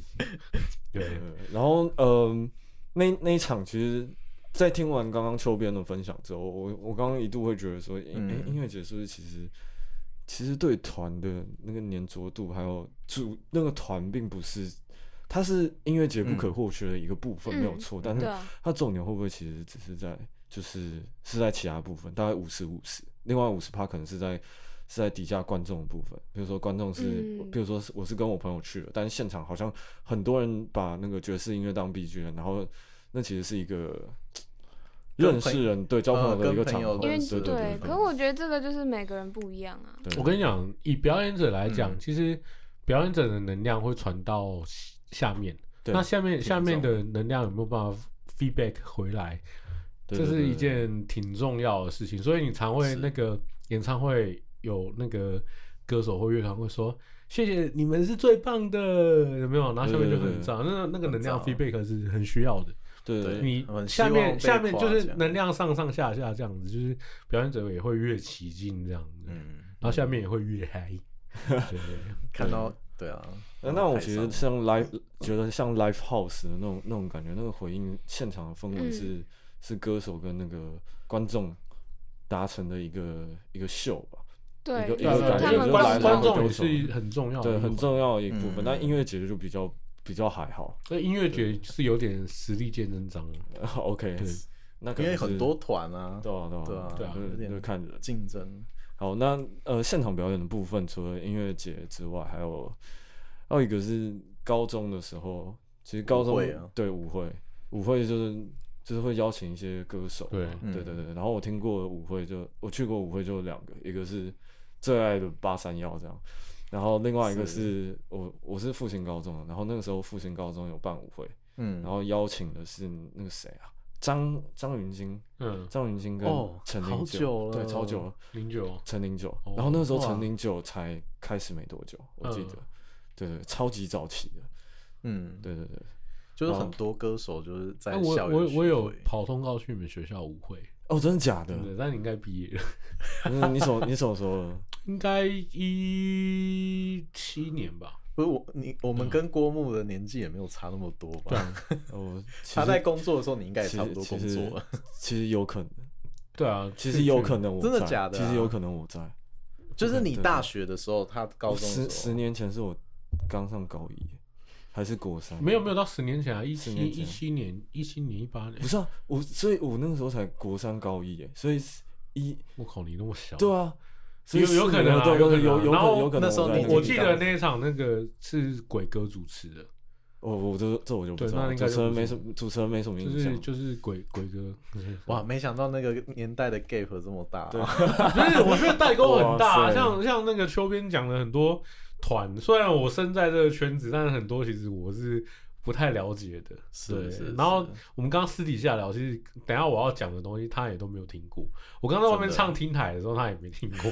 Speaker 3: 对，
Speaker 2: 然后呃，那那一场其实，在听完刚刚秋边的分享之后，我我刚刚一度会觉得说，音、
Speaker 1: 嗯
Speaker 2: 诶音乐节是不是其实其实对团的那个粘着度，还有主那个团并不是，它是音乐节不可
Speaker 1: 嗯
Speaker 2: 或缺的一个部分，没有
Speaker 4: 嗯
Speaker 2: 错，但
Speaker 4: 对
Speaker 2: 是
Speaker 4: 啊，
Speaker 2: 它重点会不会其实只是在就是是在其他部分，大概五十五十，另外五十趴可能是在是在底下观众的部分，比如说观众是，
Speaker 4: 嗯
Speaker 2: 比如说是我是跟我朋友去的，但是现场好像很多人把那个爵士音乐当 BGM，然后那其实是一个
Speaker 1: 跟
Speaker 2: 认识人对交朋友的一个场合，
Speaker 1: 呃跟
Speaker 4: 因为
Speaker 1: 朋友
Speaker 2: 对
Speaker 1: 对
Speaker 2: 对
Speaker 4: 对，可我觉得这个就是每个人不一样啊。
Speaker 1: 嗯
Speaker 2: 对，
Speaker 3: 我跟你讲，以表演者来讲，其实表演者的能量会传到下下面，
Speaker 2: 对
Speaker 3: 那下面
Speaker 2: 听
Speaker 3: 下面
Speaker 2: 众
Speaker 3: 的能量有没有办法 feedback 回来？
Speaker 2: 对
Speaker 3: 这
Speaker 2: 对
Speaker 3: 是
Speaker 2: 对
Speaker 3: 一件挺重要的事情，所以你常会
Speaker 1: 是
Speaker 3: 那个演唱会有那个歌手或乐团会说谢谢你们是最棒的，有没有？然后下面就
Speaker 2: 对对
Speaker 3: 很
Speaker 2: 对
Speaker 3: 炸，那那个能量
Speaker 1: 很炸
Speaker 3: feedback 是很需要的。
Speaker 2: 对对
Speaker 1: 对
Speaker 3: 你
Speaker 1: 很希
Speaker 3: 下
Speaker 1: 望
Speaker 3: 面
Speaker 1: 被
Speaker 3: 下面就
Speaker 1: 夸
Speaker 3: 是
Speaker 1: 奖
Speaker 3: 能量上上下下这样子，就是表演者也会越起劲这样子，然
Speaker 1: 嗯，
Speaker 3: 后下面也会越嗨。 对
Speaker 1: 看到对啊，
Speaker 2: 哎那那我
Speaker 1: 太
Speaker 2: 其实
Speaker 1: 伤了嗯
Speaker 2: 像 live，觉得像 live house 的那种那种感觉，那个回应现场的氛围
Speaker 4: 嗯
Speaker 2: 是、是歌手跟那个观众达成的一个一个秀吧，
Speaker 4: 对
Speaker 2: 一个，
Speaker 4: 就
Speaker 2: 一个
Speaker 4: 是
Speaker 2: 感
Speaker 4: 他
Speaker 2: 觉
Speaker 4: 们
Speaker 2: 就
Speaker 3: 观
Speaker 2: 是来
Speaker 4: 共
Speaker 3: 观
Speaker 2: 了观
Speaker 4: 同
Speaker 3: 观众
Speaker 2: 众
Speaker 3: 也是很重哦要的一
Speaker 2: 对，
Speaker 3: 部分，
Speaker 2: 很重要的一部分。
Speaker 1: 嗯
Speaker 2: 但音乐节就比较比较还好
Speaker 3: 那音乐节是有点实力见真章，
Speaker 2: ，OK，那可
Speaker 1: 因
Speaker 2: 能
Speaker 1: 为
Speaker 2: 是
Speaker 1: 很多团啊，
Speaker 2: 对啊对啊
Speaker 1: 对
Speaker 3: 啊
Speaker 2: 就是
Speaker 1: 有点
Speaker 2: 就是看人。
Speaker 1: 竞争，
Speaker 2: 好，那呃，现场表演的部分，除了音乐节之外，还有还有一个是高中的时候，其实高中
Speaker 1: 舞会啊
Speaker 2: 对舞会，舞会就是就是会邀请一些歌手嘛，
Speaker 3: 对
Speaker 1: 嗯
Speaker 2: 对对对。然后我听过的舞会就我去过舞会就有两个，一个是最爱的八三幺这样，然后另外一个是我我是复兴高中的，然后那个时候复兴高中有办舞会，
Speaker 1: 嗯，
Speaker 2: 然后邀请的是那个谁啊，张张云京，
Speaker 3: 嗯，
Speaker 2: 张云京跟
Speaker 1: 哦
Speaker 2: 陈
Speaker 1: 好
Speaker 2: 零
Speaker 1: 久
Speaker 2: 对，
Speaker 1: 了
Speaker 2: 超久了。
Speaker 3: 零九
Speaker 2: 陈零九
Speaker 3: 哦，
Speaker 2: 然后那时候
Speaker 1: 哇
Speaker 2: 陈零九才开始没多久，我记得，对对，超级早期的，
Speaker 1: 嗯，
Speaker 2: 对对对，
Speaker 1: 就是很多歌手就是在
Speaker 3: 哎，我
Speaker 1: 校园
Speaker 3: 我
Speaker 1: 巡
Speaker 3: 我有
Speaker 1: 回
Speaker 3: 跑通告去你们学校舞会，
Speaker 2: 哦，真的假的
Speaker 3: 对？不对？但你应该毕业了，
Speaker 2: 嗯，你什么你什么时候？
Speaker 3: 应该一七年吧？
Speaker 1: 不是我你我
Speaker 2: 嗯
Speaker 1: 们跟郭牧的年纪也没有差那么多吧？
Speaker 2: 哦，其
Speaker 1: 他在
Speaker 2: 实
Speaker 1: 工作的时候，你应该也
Speaker 2: 其
Speaker 1: 差不
Speaker 2: 实
Speaker 1: 多
Speaker 2: 其
Speaker 1: 工
Speaker 2: 实
Speaker 1: 作了。
Speaker 2: 其实有可能，
Speaker 3: 对啊，
Speaker 2: 其实有
Speaker 3: 能。
Speaker 2: 可能我
Speaker 1: 真的
Speaker 2: 在
Speaker 1: 假的
Speaker 2: 其
Speaker 1: 啊
Speaker 2: 实有可能我在，
Speaker 1: 就是你
Speaker 2: 对
Speaker 1: 大学的时候，他高中
Speaker 2: 十
Speaker 1: 的时
Speaker 2: 十
Speaker 1: 候，
Speaker 2: 年前是我刚上高一，还是国三？
Speaker 3: 没有没有，到十年前啊，一七
Speaker 2: 10年前
Speaker 3: 一七年一七年一八年
Speaker 2: 不，是啊，我所以我那个时候才国三高一耶，所以是一
Speaker 3: 我靠，你那么小，
Speaker 2: 对啊，所以
Speaker 3: 哦有有
Speaker 2: 四
Speaker 3: 可
Speaker 2: 年
Speaker 3: 能
Speaker 2: 了
Speaker 3: 啊
Speaker 2: 对
Speaker 3: 有
Speaker 2: 有
Speaker 3: 可
Speaker 2: 可
Speaker 3: 能啊
Speaker 2: 有有
Speaker 3: 然
Speaker 2: 可
Speaker 3: 后
Speaker 2: 有可能
Speaker 1: 那时候
Speaker 2: 我在
Speaker 1: 你
Speaker 2: 那
Speaker 1: 已经
Speaker 2: 个
Speaker 3: 我
Speaker 2: 地
Speaker 3: 记
Speaker 2: 方
Speaker 3: 得那一场那个是鬼哥主持的，
Speaker 2: 哦我我这这我就不
Speaker 3: 对
Speaker 2: 知道
Speaker 3: 那
Speaker 2: 了，
Speaker 3: 应该
Speaker 2: 主持人
Speaker 3: 就不
Speaker 2: 没
Speaker 3: 是
Speaker 2: 什么，主持人没什么
Speaker 3: 就
Speaker 2: 印象
Speaker 3: 是。就是鬼鬼哥，
Speaker 1: 哇，没想到那个年代的 gap 这么大啊、
Speaker 2: 对
Speaker 3: 不是， 我觉得代沟很大
Speaker 2: 哇
Speaker 3: 啊，
Speaker 2: 塞
Speaker 3: 像像那个秋边讲了很多团，虽然我身在这个圈子，但是很多其实我是不太了解的。
Speaker 1: 是
Speaker 3: 对
Speaker 1: 是
Speaker 3: 然后
Speaker 1: 是
Speaker 3: 我们刚刚私底下聊，其实等一下我要讲的东西他也都没有听过。我刚在外面
Speaker 1: 真的
Speaker 3: 唱听海的时候，他也没听 过。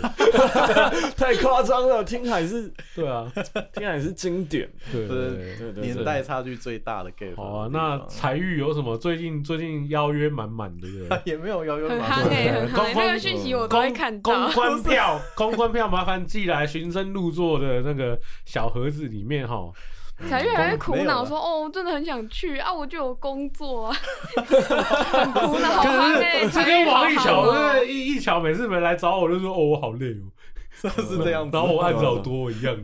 Speaker 2: 太夸张了，听海是
Speaker 3: 对啊，
Speaker 2: 听海是经典，
Speaker 1: 对
Speaker 3: 对对对。
Speaker 2: 对对
Speaker 1: 年代差距最大的 gap。？
Speaker 3: 好啊，那才玉有什么最近最近邀约满满，对不对
Speaker 1: 啊 也没有邀约
Speaker 4: 很
Speaker 1: 嘛，
Speaker 4: 夯哎，很夯
Speaker 3: 官
Speaker 4: 欸，那
Speaker 3: 方
Speaker 4: 个讯息我都会
Speaker 3: 公
Speaker 4: 看
Speaker 3: 公
Speaker 4: 到。
Speaker 3: 关票，公关票麻烦寄来寻声入座的那个小盒子里面哈。
Speaker 4: 才越来越苦
Speaker 1: 没有
Speaker 4: 恼，
Speaker 1: 了
Speaker 4: 说哦，我真的很想去啊，我就有工作啊，很苦恼。好忙欸
Speaker 3: 这
Speaker 4: 才
Speaker 3: 跟
Speaker 4: 越好
Speaker 3: 王一
Speaker 4: 忙
Speaker 3: 桥，
Speaker 4: 哦
Speaker 3: 那个一一桥每次没来找我就说哦，我好累哦，
Speaker 1: 是 是这样子，
Speaker 3: 然后我案子好多一样，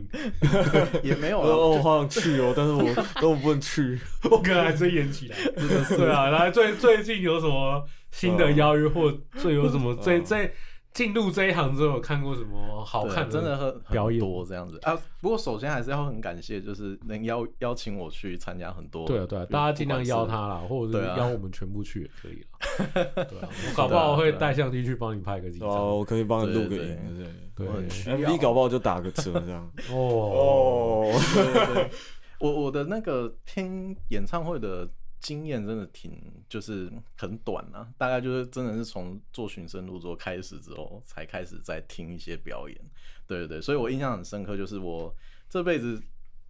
Speaker 1: 也没有
Speaker 2: 我
Speaker 1: 啊，
Speaker 2: 我好想去哦，但 是我都不能去。
Speaker 3: 我可能还真演起来。对啊，然后最最近有什么新的邀约，或最有什么最
Speaker 2: 嗯
Speaker 3: 最进入这一行之后，有看过什么好
Speaker 1: 对
Speaker 3: 看
Speaker 1: 真的很
Speaker 3: 表演
Speaker 1: 很多这样子啊。不过首先还是要很感谢，就是能邀邀请我去参加很多，
Speaker 3: 对啊，对啊，
Speaker 1: 就
Speaker 3: 大家
Speaker 1: 不
Speaker 3: 尽量
Speaker 1: 管
Speaker 3: 邀
Speaker 1: 是
Speaker 3: 他啦，或者是
Speaker 1: 对啊
Speaker 3: 邀我们全部去也可以啦。对啊，我搞不好会带相机去帮你拍个几
Speaker 2: 对啊，
Speaker 3: 张。
Speaker 2: 我可以帮你录个
Speaker 1: 对对
Speaker 2: 影之类的。
Speaker 3: 对
Speaker 1: 我，很需要
Speaker 2: MV 搞不好就打个折这样。
Speaker 3: 哦，
Speaker 2: 哦，
Speaker 1: 对对对我我的那个听演唱会的经验真的挺，就是很短啊，大概就是真的是从做寻声入座开始之后，才开始在听一些表演。对对对，所以我印象很深刻，就是我这辈子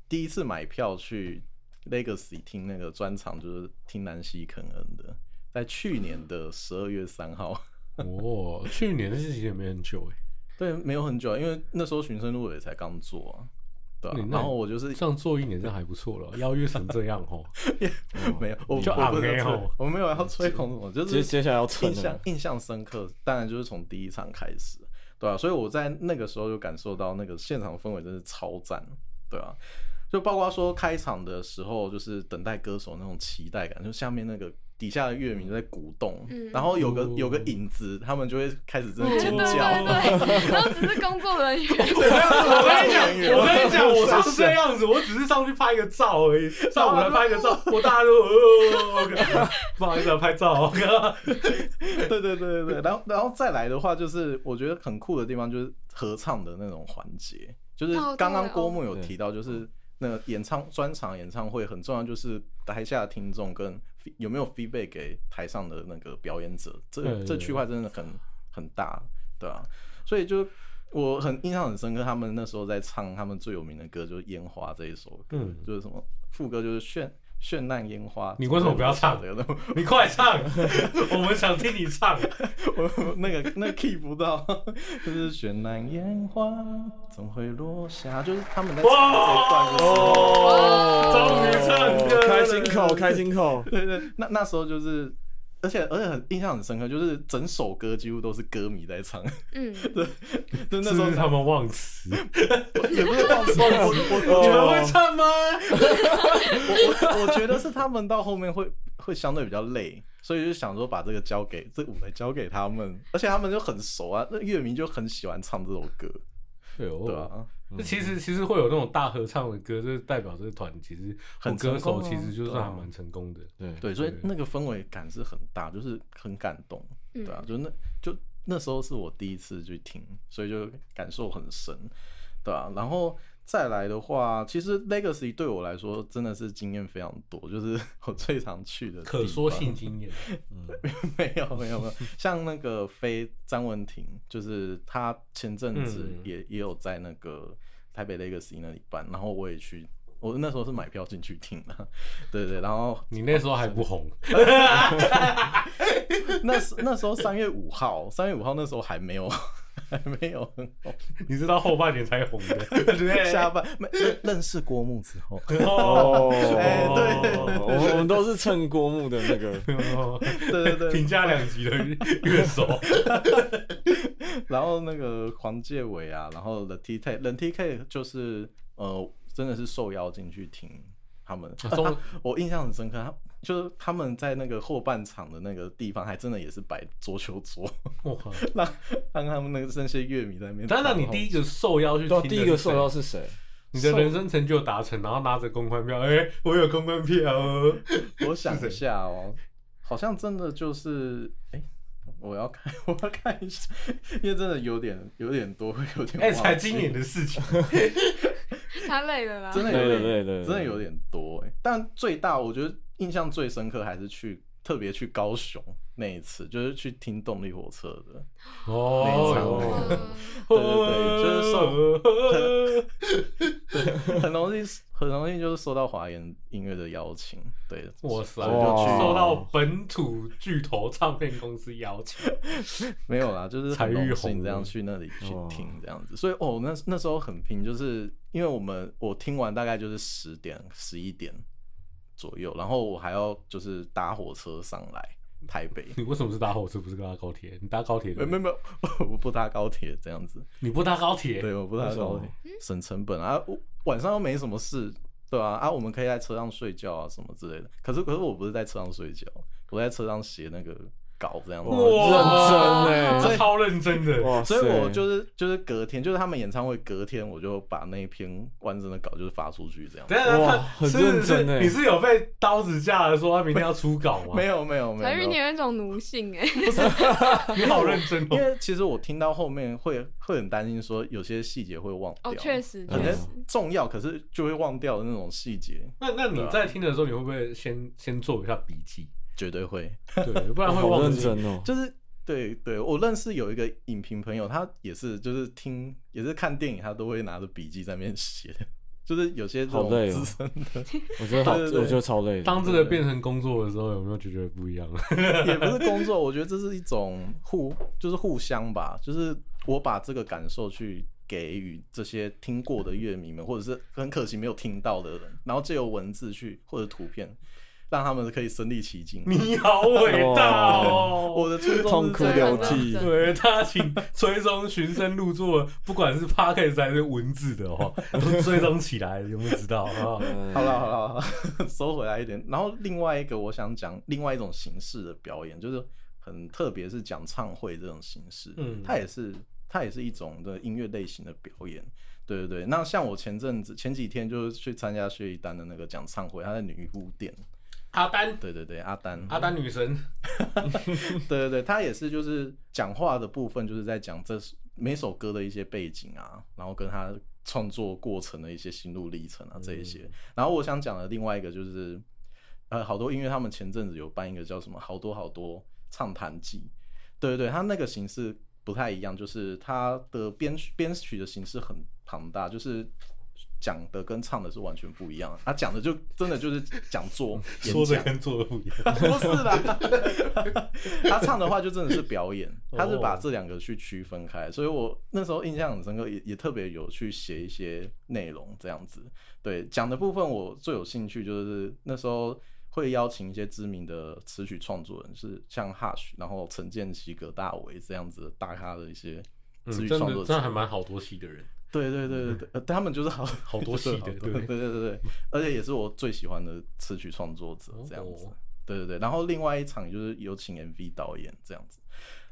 Speaker 1: 第一次买票去 Legacy 听那个专场，就是听南希肯恩的，在去年的十二月三号。
Speaker 3: 哦，去年的事情也没很久哎，
Speaker 1: 对，没有很久啊，因为那时候寻声入座也才刚做啊。对啊
Speaker 3: 嗯，那
Speaker 1: 然后我就是
Speaker 3: 这样做一年这样还不错了，邀约成这样哦。
Speaker 1: 没有，我
Speaker 3: 就
Speaker 1: 我不
Speaker 3: 昂
Speaker 1: 能
Speaker 3: 欸
Speaker 1: 吹
Speaker 3: 吼
Speaker 1: 我没有要吹捧什么，就
Speaker 2: 啊接
Speaker 1: 是
Speaker 2: 接下来要蹭
Speaker 1: 印象
Speaker 2: 了
Speaker 1: 印象深刻，当然就是从第一场开始，对啊，所以我在那个时候就感受到那个现场氛围真是超赞，对啊，就包括说开场的时候，就是等待歌手那种期待感，就下面那个。底下的乐迷在鼓动，
Speaker 4: 嗯
Speaker 1: 然后有个
Speaker 3: 哦
Speaker 1: 有个影子，他们就会开始真的
Speaker 4: 对对
Speaker 1: 尖
Speaker 4: 对
Speaker 1: 叫。
Speaker 4: 对， 然后只是工作 人员，
Speaker 3: 我跟你
Speaker 1: 演员
Speaker 3: 讲，我跟你讲，我
Speaker 1: 傻
Speaker 3: 是这样子，我只是上去拍个照而已，上舞台拍个照，我大家都哦，哦不好意思啊，拍照哦。
Speaker 1: 对对对对对，然后然后再来的话，就是我觉得很酷的地方就是合唱的那种环节，就是
Speaker 4: 哦对
Speaker 1: 刚刚
Speaker 4: 哦
Speaker 1: 郭牧有提到，就是那个演唱专场演唱会很重要，就是台下的听众跟 fe- 有没有 feedback 给台上的那个表演者，这
Speaker 3: 对对
Speaker 1: 这区块真的很很大，对啊，所以就。我很印象很深刻，他们那时候在唱他们最有名的歌，就是《烟花》这一首歌，
Speaker 3: 嗯
Speaker 1: 就是什么副歌就是绚绚烂烟花。
Speaker 3: 你为什么不要唱
Speaker 1: 这个东西
Speaker 3: 你快唱，我们想听你唱。
Speaker 1: 我 那个那个 key 不到， 就是绚烂烟花总会落下，就是他们在唱这一段的时候，
Speaker 3: 哦，终于唱歌了，
Speaker 2: 开心口，开心口。
Speaker 1: 对对，那那时候就是，而且而且很印象很深刻，就是整首歌几乎都是歌迷在唱，
Speaker 4: 嗯，
Speaker 1: 就那
Speaker 3: 是
Speaker 1: 时
Speaker 3: 不
Speaker 1: 候
Speaker 3: 是啊他们忘词？
Speaker 1: 也不是忘词，我
Speaker 3: 你们
Speaker 2: 哦
Speaker 3: 会唱吗？
Speaker 1: 我我我觉得是他们到后面会会相对比较累。所以就想说把这个交给这舞台交给他们，而且他们就很熟啊，那乐迷就很喜欢唱这首歌，对
Speaker 3: 对
Speaker 1: 啊，
Speaker 3: 那其实其实会有那种大合唱的歌，就是代表这个团其实
Speaker 1: 很
Speaker 3: 或歌
Speaker 1: 成功
Speaker 3: 手
Speaker 1: 啊
Speaker 3: 其实就
Speaker 1: 对
Speaker 3: 算
Speaker 1: 啊
Speaker 3: 还蛮成功的。
Speaker 2: 对，
Speaker 1: 对，所以
Speaker 3: 对
Speaker 1: 那个氛围感是很大，就是很感动，
Speaker 4: 嗯
Speaker 1: 对啊，就那就那时候是我第一次去听，所以就感受很深，对啊，然后再来的话，其实 Legacy 对我来说真的是经验非常多，就是 我最常去的地
Speaker 3: 可说
Speaker 1: 方
Speaker 3: 性经验，
Speaker 1: 没有没有没有，像那个飞张文婷，就是他前阵子
Speaker 3: 嗯
Speaker 1: 也、也有在那个台北 Legacy 那里办，然后我也去，我那时候是买票进去听的， 对对，然后
Speaker 3: 你那时候还不红，
Speaker 1: 那时那时候三月五号，三月五号那时候还没有， 还没有很红
Speaker 3: 你知道后半年才红的， 对
Speaker 1: 下半没认认识郭牧之后，
Speaker 2: 哦，
Speaker 3: 哦，
Speaker 1: 哎对
Speaker 2: 我我们都是蹭郭牧的那个，
Speaker 1: 对对对
Speaker 3: 哦评，价两级 的乐手，
Speaker 1: 然后那个黄介伟啊，然后 The T K，冷 T K 就是呃，真的是受邀进去听他们，
Speaker 3: 啊中
Speaker 1: 啊我印象很深刻，他就是他们在那个后半场的那个地方，还真的也是摆桌球桌，
Speaker 3: 哇！
Speaker 1: 让让他们那个那些乐迷在那边打。
Speaker 3: 当然，你第一个受邀去
Speaker 2: 对啊，
Speaker 3: 听，
Speaker 2: 第一个受邀，是谁？
Speaker 3: 你的人生成就达成，然后拿着公关票，哎，我有公关票哦，
Speaker 1: 我想一下哦，好像真的就是，哎、我要看， 我要看一下，因为真的有点有点多，有点
Speaker 3: 哎，
Speaker 1: 忘
Speaker 3: 才
Speaker 1: 记
Speaker 3: 今年的事情，
Speaker 4: 他累了啦。
Speaker 1: 真的有点
Speaker 2: 对对对对对
Speaker 1: 真的有点多哎、但最大我觉得印象最深刻还是去特别去高雄那一次，就是去听动力火车的，
Speaker 4: 嗯
Speaker 3: 哦哟，
Speaker 1: 对对对就是
Speaker 3: 受。
Speaker 1: 很容易 很容易就是收到华研音乐的邀请，对，
Speaker 3: 哇塞！
Speaker 1: 所以就去
Speaker 2: 哇
Speaker 3: 受到本土巨头唱片公司邀请，
Speaker 1: 没有啦，就是
Speaker 3: 才
Speaker 1: 很
Speaker 3: 遇
Speaker 1: 荣
Speaker 3: 红
Speaker 1: 幸这样
Speaker 3: 的
Speaker 1: 去那里去
Speaker 2: 哦
Speaker 1: 听这样子，所以哦，那那时候很拼，就是因为我们我听完大概就是十点十一点左右，然后我还要就是搭火车上来台北，
Speaker 3: 你为什么是搭火车不是搭高铁？你搭高铁
Speaker 1: 没
Speaker 3: 的，
Speaker 1: 没没有， 我不搭高铁这样子，
Speaker 3: 你不搭高铁，
Speaker 1: 对，我不搭
Speaker 2: 为什么
Speaker 1: 高铁，省成本啊，我晚上又没什么事，对啊，啊，我们可以在车上睡觉啊什么之类的，可是可是我不是在车上睡觉，我在车上写那个搞这样子。
Speaker 2: 哇，认真
Speaker 3: 他
Speaker 2: 哎，
Speaker 3: 超认真的。
Speaker 2: 哇塞，
Speaker 1: 所以我就是就是隔天，就是他们演唱会隔天，我就把那一篇完整的稿就是发出去这样。
Speaker 3: 等一下，
Speaker 2: 哇
Speaker 3: 啊他
Speaker 2: 很
Speaker 3: 是
Speaker 2: 认
Speaker 3: 是
Speaker 2: 真欸
Speaker 3: 你是有被刀子架了，说他明天要出稿吗？
Speaker 1: 没有没有没
Speaker 4: 台语
Speaker 1: 有
Speaker 4: 你
Speaker 1: 没有，
Speaker 4: 有一种奴性哎、
Speaker 3: 你好认真
Speaker 1: 因
Speaker 3: 哦。
Speaker 1: 为其实我听到后面会会很担心，说有些细节会忘掉，
Speaker 4: 哦，确实
Speaker 1: 可
Speaker 4: 确
Speaker 2: 嗯
Speaker 1: 能
Speaker 4: 实，
Speaker 1: 重要，可是就会忘掉的那种细节，
Speaker 3: 那那
Speaker 2: 啊
Speaker 3: 你在听的时候，你会不会先先做一下笔记？
Speaker 1: 绝对会。
Speaker 3: 对，不
Speaker 2: 哇
Speaker 3: 然会
Speaker 2: 好
Speaker 3: 忘
Speaker 2: 认
Speaker 3: 记。
Speaker 2: 真哦，
Speaker 1: 就是对对，我认识有一个影评朋友，他也是就是听也是看电影，他都会拿着笔记在那边写，就是有些这种
Speaker 2: 好累哦
Speaker 1: 资深的，
Speaker 2: 我觉得好，
Speaker 1: 对对对
Speaker 2: 我觉得超累的。
Speaker 3: 当这个变成工作的时候，有没有觉得不一样了？
Speaker 1: 也不是工作，我觉得这是一种互就是互相吧，就是我把这个感受去。给予这些听过的乐迷们，或者是很可惜没有听到的人，然后借由文字去或者图片，让他们可以身临其境。
Speaker 3: 你好伟大哦！
Speaker 1: 我的初衷
Speaker 2: 痛
Speaker 1: 是
Speaker 2: 哭
Speaker 1: 这样
Speaker 2: 流
Speaker 4: 真的
Speaker 2: 涕
Speaker 4: 真，的
Speaker 3: 对，大家请追踪寻声入座，不管是 podcast 还是文字的哦，都追踪起来，有没有知道啊？
Speaker 2: 嗯
Speaker 1: 好了好了，好了 收回来一点。然后另外一个我想讲另外一种形式的表演，就是很特别是讲唱会这种形式，
Speaker 3: 嗯
Speaker 1: 它也是它也是一种的音乐类型的表演。对对对，那像我前阵子前几天就是去参加薛一丹的那个讲唱会，他在女巫店。
Speaker 3: 阿丹，
Speaker 1: 对对对，阿丹，
Speaker 3: 阿丹女神，
Speaker 1: 对对对，他也是就是讲话的部分，就是在讲这首每首歌的一些背景啊，然后跟他创作过程的一些心路历程啊这一些。
Speaker 3: 嗯
Speaker 1: 然后我想讲的另外一个就是，呃，好多音乐他们前阵子有办一个叫什么“好多好多畅谈季”，对对对，他那个形式不太一样，就是他的编曲编曲的形式很庞大，就是。讲的跟唱的是完全不一样的，他讲的就真的就是讲座演
Speaker 3: 说的
Speaker 1: 讲
Speaker 3: 跟做的不一样。
Speaker 1: 不是啦，他唱的话就真的是表演，
Speaker 3: 哦
Speaker 1: 他是把这两个去区分开，所以我那时候印象很深刻，也也特别有去写一些内容这样子。对，讲的部分我最有兴趣就是那时候会邀请一些知名的词曲创作人，是像 Hush，然后陈建奇、葛大为这样子的大咖的一些词
Speaker 3: 嗯，
Speaker 1: 曲
Speaker 3: 真
Speaker 1: 创
Speaker 3: 的
Speaker 1: 作者。
Speaker 3: 真的还蛮好多戏的人，
Speaker 1: 对对对 对对，呃他们就是好
Speaker 3: 好 多戏
Speaker 1: 就是
Speaker 3: 的
Speaker 1: 好
Speaker 3: 对
Speaker 1: 多对对对对，而且也是我最喜欢的词曲创作者这样子
Speaker 3: 哦。
Speaker 1: 对对对，然后另外一场就是有请 MV 导演这样子。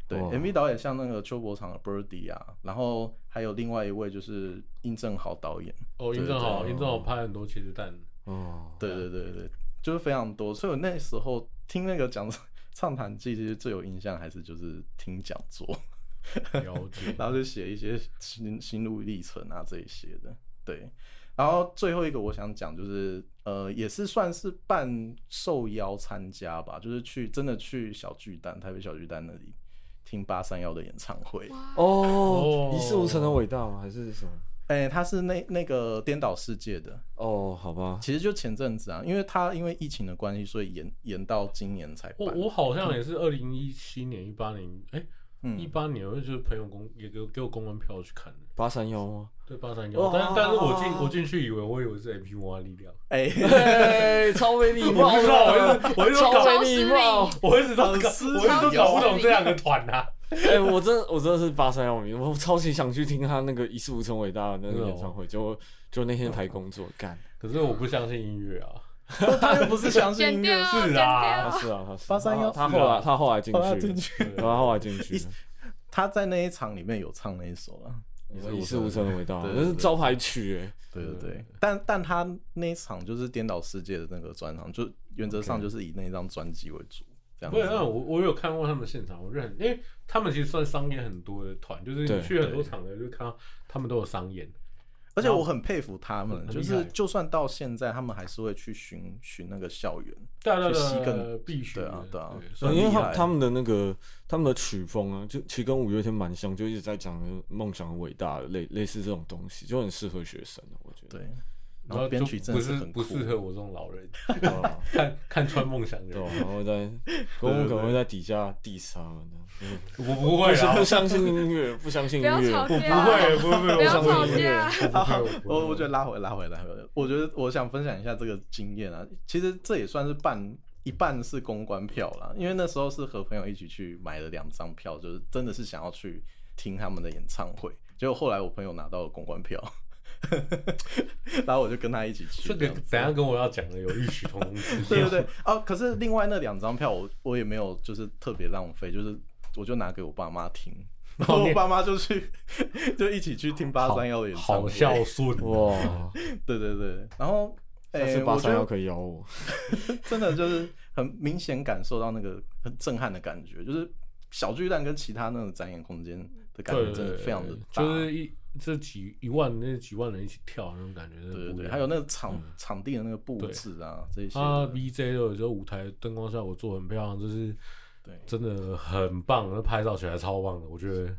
Speaker 1: 对、
Speaker 2: 哇
Speaker 1: m v 导演像那个邱柏场的 Birdy 啊，然后还有另外一位就是殷正豪导演。
Speaker 3: 哦，殷
Speaker 1: 对
Speaker 3: 正豪，
Speaker 1: 对
Speaker 3: 殷正豪拍很多茄子蛋，
Speaker 2: 哦，
Speaker 1: 对对对对，就是非常多。所以我那时候听那个讲唱 谈记，其实最有印象还是就是听讲座，
Speaker 3: 了 解。
Speaker 1: 然后就写一些心心路历程啊这一些的。对，然后最后一个我想讲就是，呃，也是算是半受邀参加吧，就是去真的去小巨蛋，台北小巨蛋那里听八三幺的演唱会。
Speaker 4: 哇，
Speaker 2: 哦
Speaker 3: 哦，
Speaker 2: 一事无成的伟大吗？还是什么？
Speaker 1: 哎、他是那那个颠倒世界的，
Speaker 2: 哦，好吧，
Speaker 1: 其实就前阵子啊，因为他因为疫情的关系，所以延延到今年才
Speaker 3: 我
Speaker 1: 办。
Speaker 3: 我好像也是二零一七年、一八年，哎，一
Speaker 1: 嗯，
Speaker 3: 八年，我就是朋友公也给我给我公关票去看的。
Speaker 2: 八三幺吗？
Speaker 3: 对八三
Speaker 2: 哇
Speaker 3: 幺，但但是我进我进去以为我以为是 M P 文化力量，
Speaker 1: 哎、
Speaker 2: 对，超没礼貌
Speaker 3: 我不知道我一直我一直搞
Speaker 2: 超没礼貌。
Speaker 3: 我一直都搞我
Speaker 1: 很
Speaker 3: 一
Speaker 1: 失礼
Speaker 3: 直都搞不懂这两个团啊呐。
Speaker 2: 哎、我真的我真的是八三幺迷，我超级想去听他那个一事无成伟大的那个演 唱会，
Speaker 3: 哦
Speaker 2: 就就那天排工作干。
Speaker 3: 可是我不相信音乐啊，
Speaker 1: 他又不是相信
Speaker 4: 剪
Speaker 1: 音
Speaker 4: 掉，
Speaker 1: 乐，
Speaker 4: 剪
Speaker 3: 是
Speaker 2: 他
Speaker 3: 啊
Speaker 4: 掉，
Speaker 2: 是啊，他是
Speaker 1: 831
Speaker 2: 他他
Speaker 3: 是啊
Speaker 2: 后来他后来进
Speaker 1: 他
Speaker 2: 去
Speaker 1: 进
Speaker 2: 了，
Speaker 1: 去。
Speaker 2: 然后他后来进去 了。
Speaker 1: 他在那一场里面有唱那一首啊。
Speaker 2: 你说一事无成的伟大，
Speaker 1: 对
Speaker 2: 那是招牌曲哎、
Speaker 1: 对对对
Speaker 3: 对，
Speaker 1: 但但他那一场就是颠倒世界的那个专场，就原则上
Speaker 2: OK
Speaker 1: 就是以那一张专辑为主，这样
Speaker 3: 不是，那
Speaker 1: 子。
Speaker 3: 我我有看过他们现场，我觉得很，因为他们其实算商演很多的团，就是
Speaker 2: 对
Speaker 3: 你去很多场合就看到他们都有商演。
Speaker 1: 而且我很佩服他们，
Speaker 3: 很
Speaker 1: 就
Speaker 3: 很
Speaker 1: 是
Speaker 3: 厉害
Speaker 1: 就算到现在，他们还是会去寻寻那个校园。
Speaker 3: 对啊对啊
Speaker 1: 去吸
Speaker 3: 对啊
Speaker 1: 更
Speaker 3: 必须
Speaker 1: 对
Speaker 3: 的
Speaker 1: 啊对啊
Speaker 3: 所
Speaker 1: 很
Speaker 2: 因为
Speaker 1: 厉
Speaker 2: 他
Speaker 1: 害
Speaker 2: 他们的那个他们的曲风啊，就其实跟五月天蛮像，就一直在讲梦想伟大，类类似这种东西，就很适合学生啊我觉得。
Speaker 1: 对，
Speaker 3: 以
Speaker 1: 然后编曲真
Speaker 3: 啊不
Speaker 1: 的
Speaker 3: 是
Speaker 1: 很
Speaker 3: 不
Speaker 1: 酷。
Speaker 3: 适合我这种 老人
Speaker 2: 对啊，
Speaker 3: 看看穿梦想的
Speaker 2: 对
Speaker 3: 人
Speaker 2: 啊，，然后在，我们可能会在底下 diss 他们的，
Speaker 3: 我不会啊，
Speaker 2: 不相信音乐，不相信
Speaker 4: 不
Speaker 2: 音
Speaker 4: 要吵
Speaker 2: 乐，
Speaker 4: 架，啊
Speaker 3: 不会不会，
Speaker 4: 不要
Speaker 3: 我不
Speaker 4: 吵
Speaker 3: 会
Speaker 4: 架，
Speaker 3: 我不会
Speaker 1: 我我觉得拉回拉回来，拉回来我觉得我想分享一下这个经验啊。其实这也算是半一半是公关票啦，因为那时候是和朋友一起去买了两张票，就是真的是想要去听他们的演唱会。结果后来我朋友拿到了公关票， 然后我就跟他一起去
Speaker 3: 这
Speaker 1: 样子。
Speaker 3: 个等一下跟我要讲的有异曲同 工之
Speaker 1: 对
Speaker 3: 妙。
Speaker 1: 对对，哦，可是另外那两张票我我也没有就是特别浪费，就是我就拿给我爸妈听，然后
Speaker 3: 哦
Speaker 1: 我
Speaker 3: 你
Speaker 1: 爸妈就去 就一起去听八三幺的演唱会。
Speaker 3: 好孝顺哦。
Speaker 2: 哇，
Speaker 1: 对对对，然后
Speaker 2: 下
Speaker 1: 哎、
Speaker 2: 次八
Speaker 1: 我觉
Speaker 2: 三幺
Speaker 1: 得
Speaker 2: 可以邀我。
Speaker 1: 真的就是很明显感受到那个很震撼的感觉，就是小巨蛋跟其他那种展演空间的感觉
Speaker 3: 对
Speaker 1: 真的非常的大。
Speaker 3: 就是一这几一万那几万人一起跳那种感觉，真的
Speaker 1: 对对
Speaker 3: 不一
Speaker 1: 对，
Speaker 3: 样嗯
Speaker 1: 还有那个场、场地的那个布置啊，这些
Speaker 3: 啊
Speaker 1: 的
Speaker 3: VJ 的有时候舞台灯光效果做得很漂亮，就是
Speaker 1: 对
Speaker 3: 真的很棒，那拍照起来超棒的，我觉得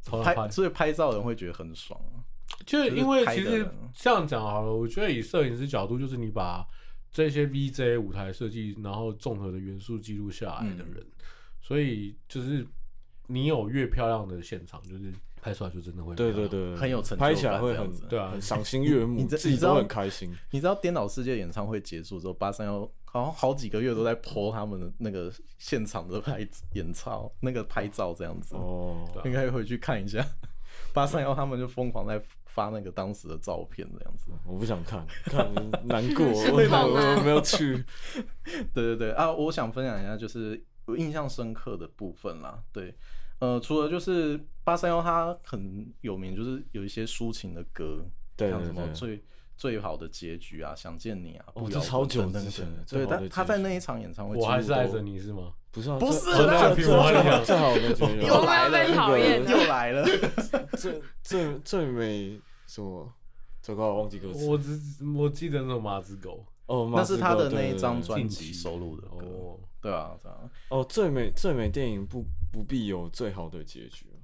Speaker 3: 超想拍
Speaker 1: 拍，。所以拍照的人会觉得很爽啊。
Speaker 3: 就是因为
Speaker 1: 就是拍
Speaker 3: 其
Speaker 1: 的
Speaker 3: 实
Speaker 1: 人
Speaker 3: 这样讲好了，我觉得以摄影师角度，就是你把这些 VJ 舞台设计，然后综合的元素记录下来
Speaker 1: 嗯
Speaker 3: 的人，所以就是你有越漂亮的现场，就是拍出来就真的会
Speaker 2: 对
Speaker 3: 漂
Speaker 2: 对
Speaker 3: 亮
Speaker 2: 对，
Speaker 1: 很有成就
Speaker 2: 拍起来
Speaker 1: 感
Speaker 2: 会
Speaker 1: 这样
Speaker 2: 很
Speaker 1: 子
Speaker 3: 对啊
Speaker 2: 很赏心悦 目，
Speaker 1: 你知
Speaker 2: 自己
Speaker 1: 你知道
Speaker 2: 都很开心。
Speaker 1: 你知道颠倒世界演唱会结束之后，八三幺好像好几个月都在 po 他们的那个现场的拍演唱那个拍照这样子，
Speaker 2: 哦，
Speaker 3: 对啊
Speaker 1: 应该回去看一下。 八三幺他们就疯狂在发那个当时的照片这样子。
Speaker 2: 我不想看，看难 过，
Speaker 4: 心
Speaker 2: 我
Speaker 4: 痛啊
Speaker 2: 我我没有去。
Speaker 1: 对对对啊，我想分享一下就是我印象深刻的部分啦。对，呃，除了就是八三幺它很有名，就是有一些抒情的歌，
Speaker 2: 对
Speaker 1: 像
Speaker 2: 对
Speaker 1: 什么
Speaker 2: 对，
Speaker 1: 最最好的结局啊，想见你啊，
Speaker 2: 哦
Speaker 1: 不
Speaker 2: 这
Speaker 1: 摇
Speaker 2: 超
Speaker 1: 滚
Speaker 2: 久
Speaker 1: 等等
Speaker 2: 之前
Speaker 1: 等等
Speaker 2: 了最
Speaker 1: 对，
Speaker 2: 好的
Speaker 1: 但他
Speaker 2: 结
Speaker 1: 在
Speaker 2: 局
Speaker 1: 那一场演唱会，
Speaker 3: 我还是爱着，你是吗？
Speaker 2: 不是啊
Speaker 1: 不
Speaker 2: 这
Speaker 1: 是
Speaker 2: 这
Speaker 1: 啦
Speaker 2: 这
Speaker 3: 我还
Speaker 2: 这
Speaker 3: 想
Speaker 2: 这好的结局
Speaker 1: 又来
Speaker 2: 啊，
Speaker 1: 了，
Speaker 4: 被讨厌
Speaker 1: 又来了。
Speaker 2: 最最最美什么？糟糕，我忘记歌词。
Speaker 3: 我只我记得那种马子狗
Speaker 2: 哦，马
Speaker 1: 那是
Speaker 2: 斯
Speaker 1: 他
Speaker 2: 克
Speaker 1: 的
Speaker 2: 对
Speaker 1: 那一
Speaker 2: 对
Speaker 1: 张
Speaker 2: 对
Speaker 1: 专
Speaker 3: 近
Speaker 1: 辑
Speaker 3: 期
Speaker 1: 收录的歌，
Speaker 3: 哦，
Speaker 1: 对啊，对啊，
Speaker 2: 哦，最美最美电影不不必有最好的结局啊。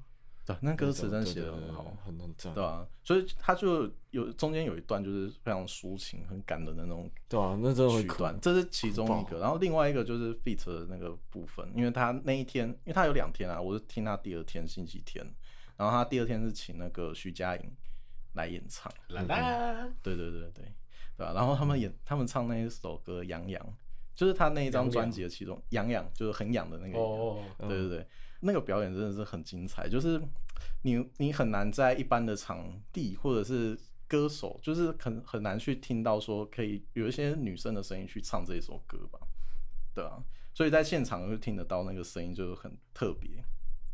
Speaker 1: 对，那歌词真的
Speaker 2: 对
Speaker 1: 写的
Speaker 2: 对对
Speaker 1: 很
Speaker 2: 对
Speaker 1: 好，
Speaker 2: 很很赞
Speaker 1: 对。啊，所以他就有中间有一段就是非常抒情、很感人的那种
Speaker 2: 对啊，那真的会
Speaker 1: 曲
Speaker 2: 哭。
Speaker 1: 段，这是其中一
Speaker 2: 哭
Speaker 1: 个。然后另外一个就是 feat 的那个部分，因为他那一天，因为他有两天啊，我是听他第二天星期天，然后他第二天是请那个徐佳莹来演唱，
Speaker 3: 啦啦，
Speaker 1: 对对对对对啊，然后他们演他们唱那一首歌《痒痒》，就是他那一张
Speaker 3: 痒
Speaker 1: 专
Speaker 3: 痒
Speaker 1: 辑的其中《痒痒》，就是很痒的那个。
Speaker 3: 哦，
Speaker 2: 嗯
Speaker 1: 对对对，那个表演真的是很精彩，就是你你很难在一般的场地或者是歌手，就是很很难去听到说可以有一些女生的声音去唱这一首歌吧，对啊，所以在现场就听得到那个声音就很特别，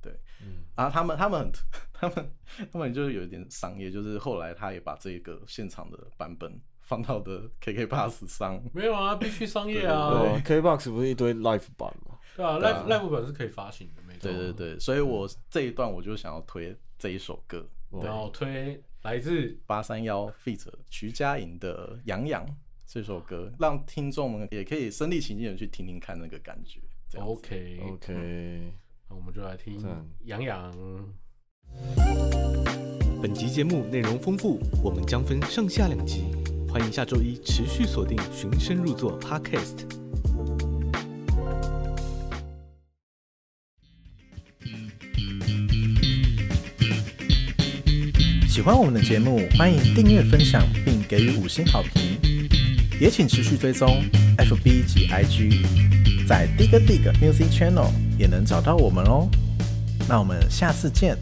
Speaker 1: 对，
Speaker 2: 嗯
Speaker 1: 啊，他们他们很 他们他们就是有一点商业，就是后来他也把这个现场的版本放到的 KK Bus 上，
Speaker 3: 没有啊，必须商业
Speaker 2: 对
Speaker 3: 啊
Speaker 2: 啊，，KBox 不是一堆 live 版吗？
Speaker 3: 对啊
Speaker 1: 对啊
Speaker 3: ，live live 本是可以发行的，没错啊
Speaker 1: 对。对对，所以我这一段我就想要推这一首歌，对
Speaker 3: 然。后推来自
Speaker 1: 八三幺 feat 徐佳莹的《痒痒》这首歌，让听众们也可以身临其境的去听听看那个感觉。这样子
Speaker 3: OK，
Speaker 2: OK，
Speaker 3: 那我们就来听
Speaker 2: 赞
Speaker 3: 杨洋。
Speaker 5: 本集节目内容丰富，我们将分上下两集，欢迎下周一持续锁定《循声入座》Podcast。
Speaker 1: 喜欢我们的节目，欢迎订阅、分享并给予五星好评，也请持续追踪 FB 及 IG，在 Dig Dig Music Channel 也能找到我们哦。那我们下次见，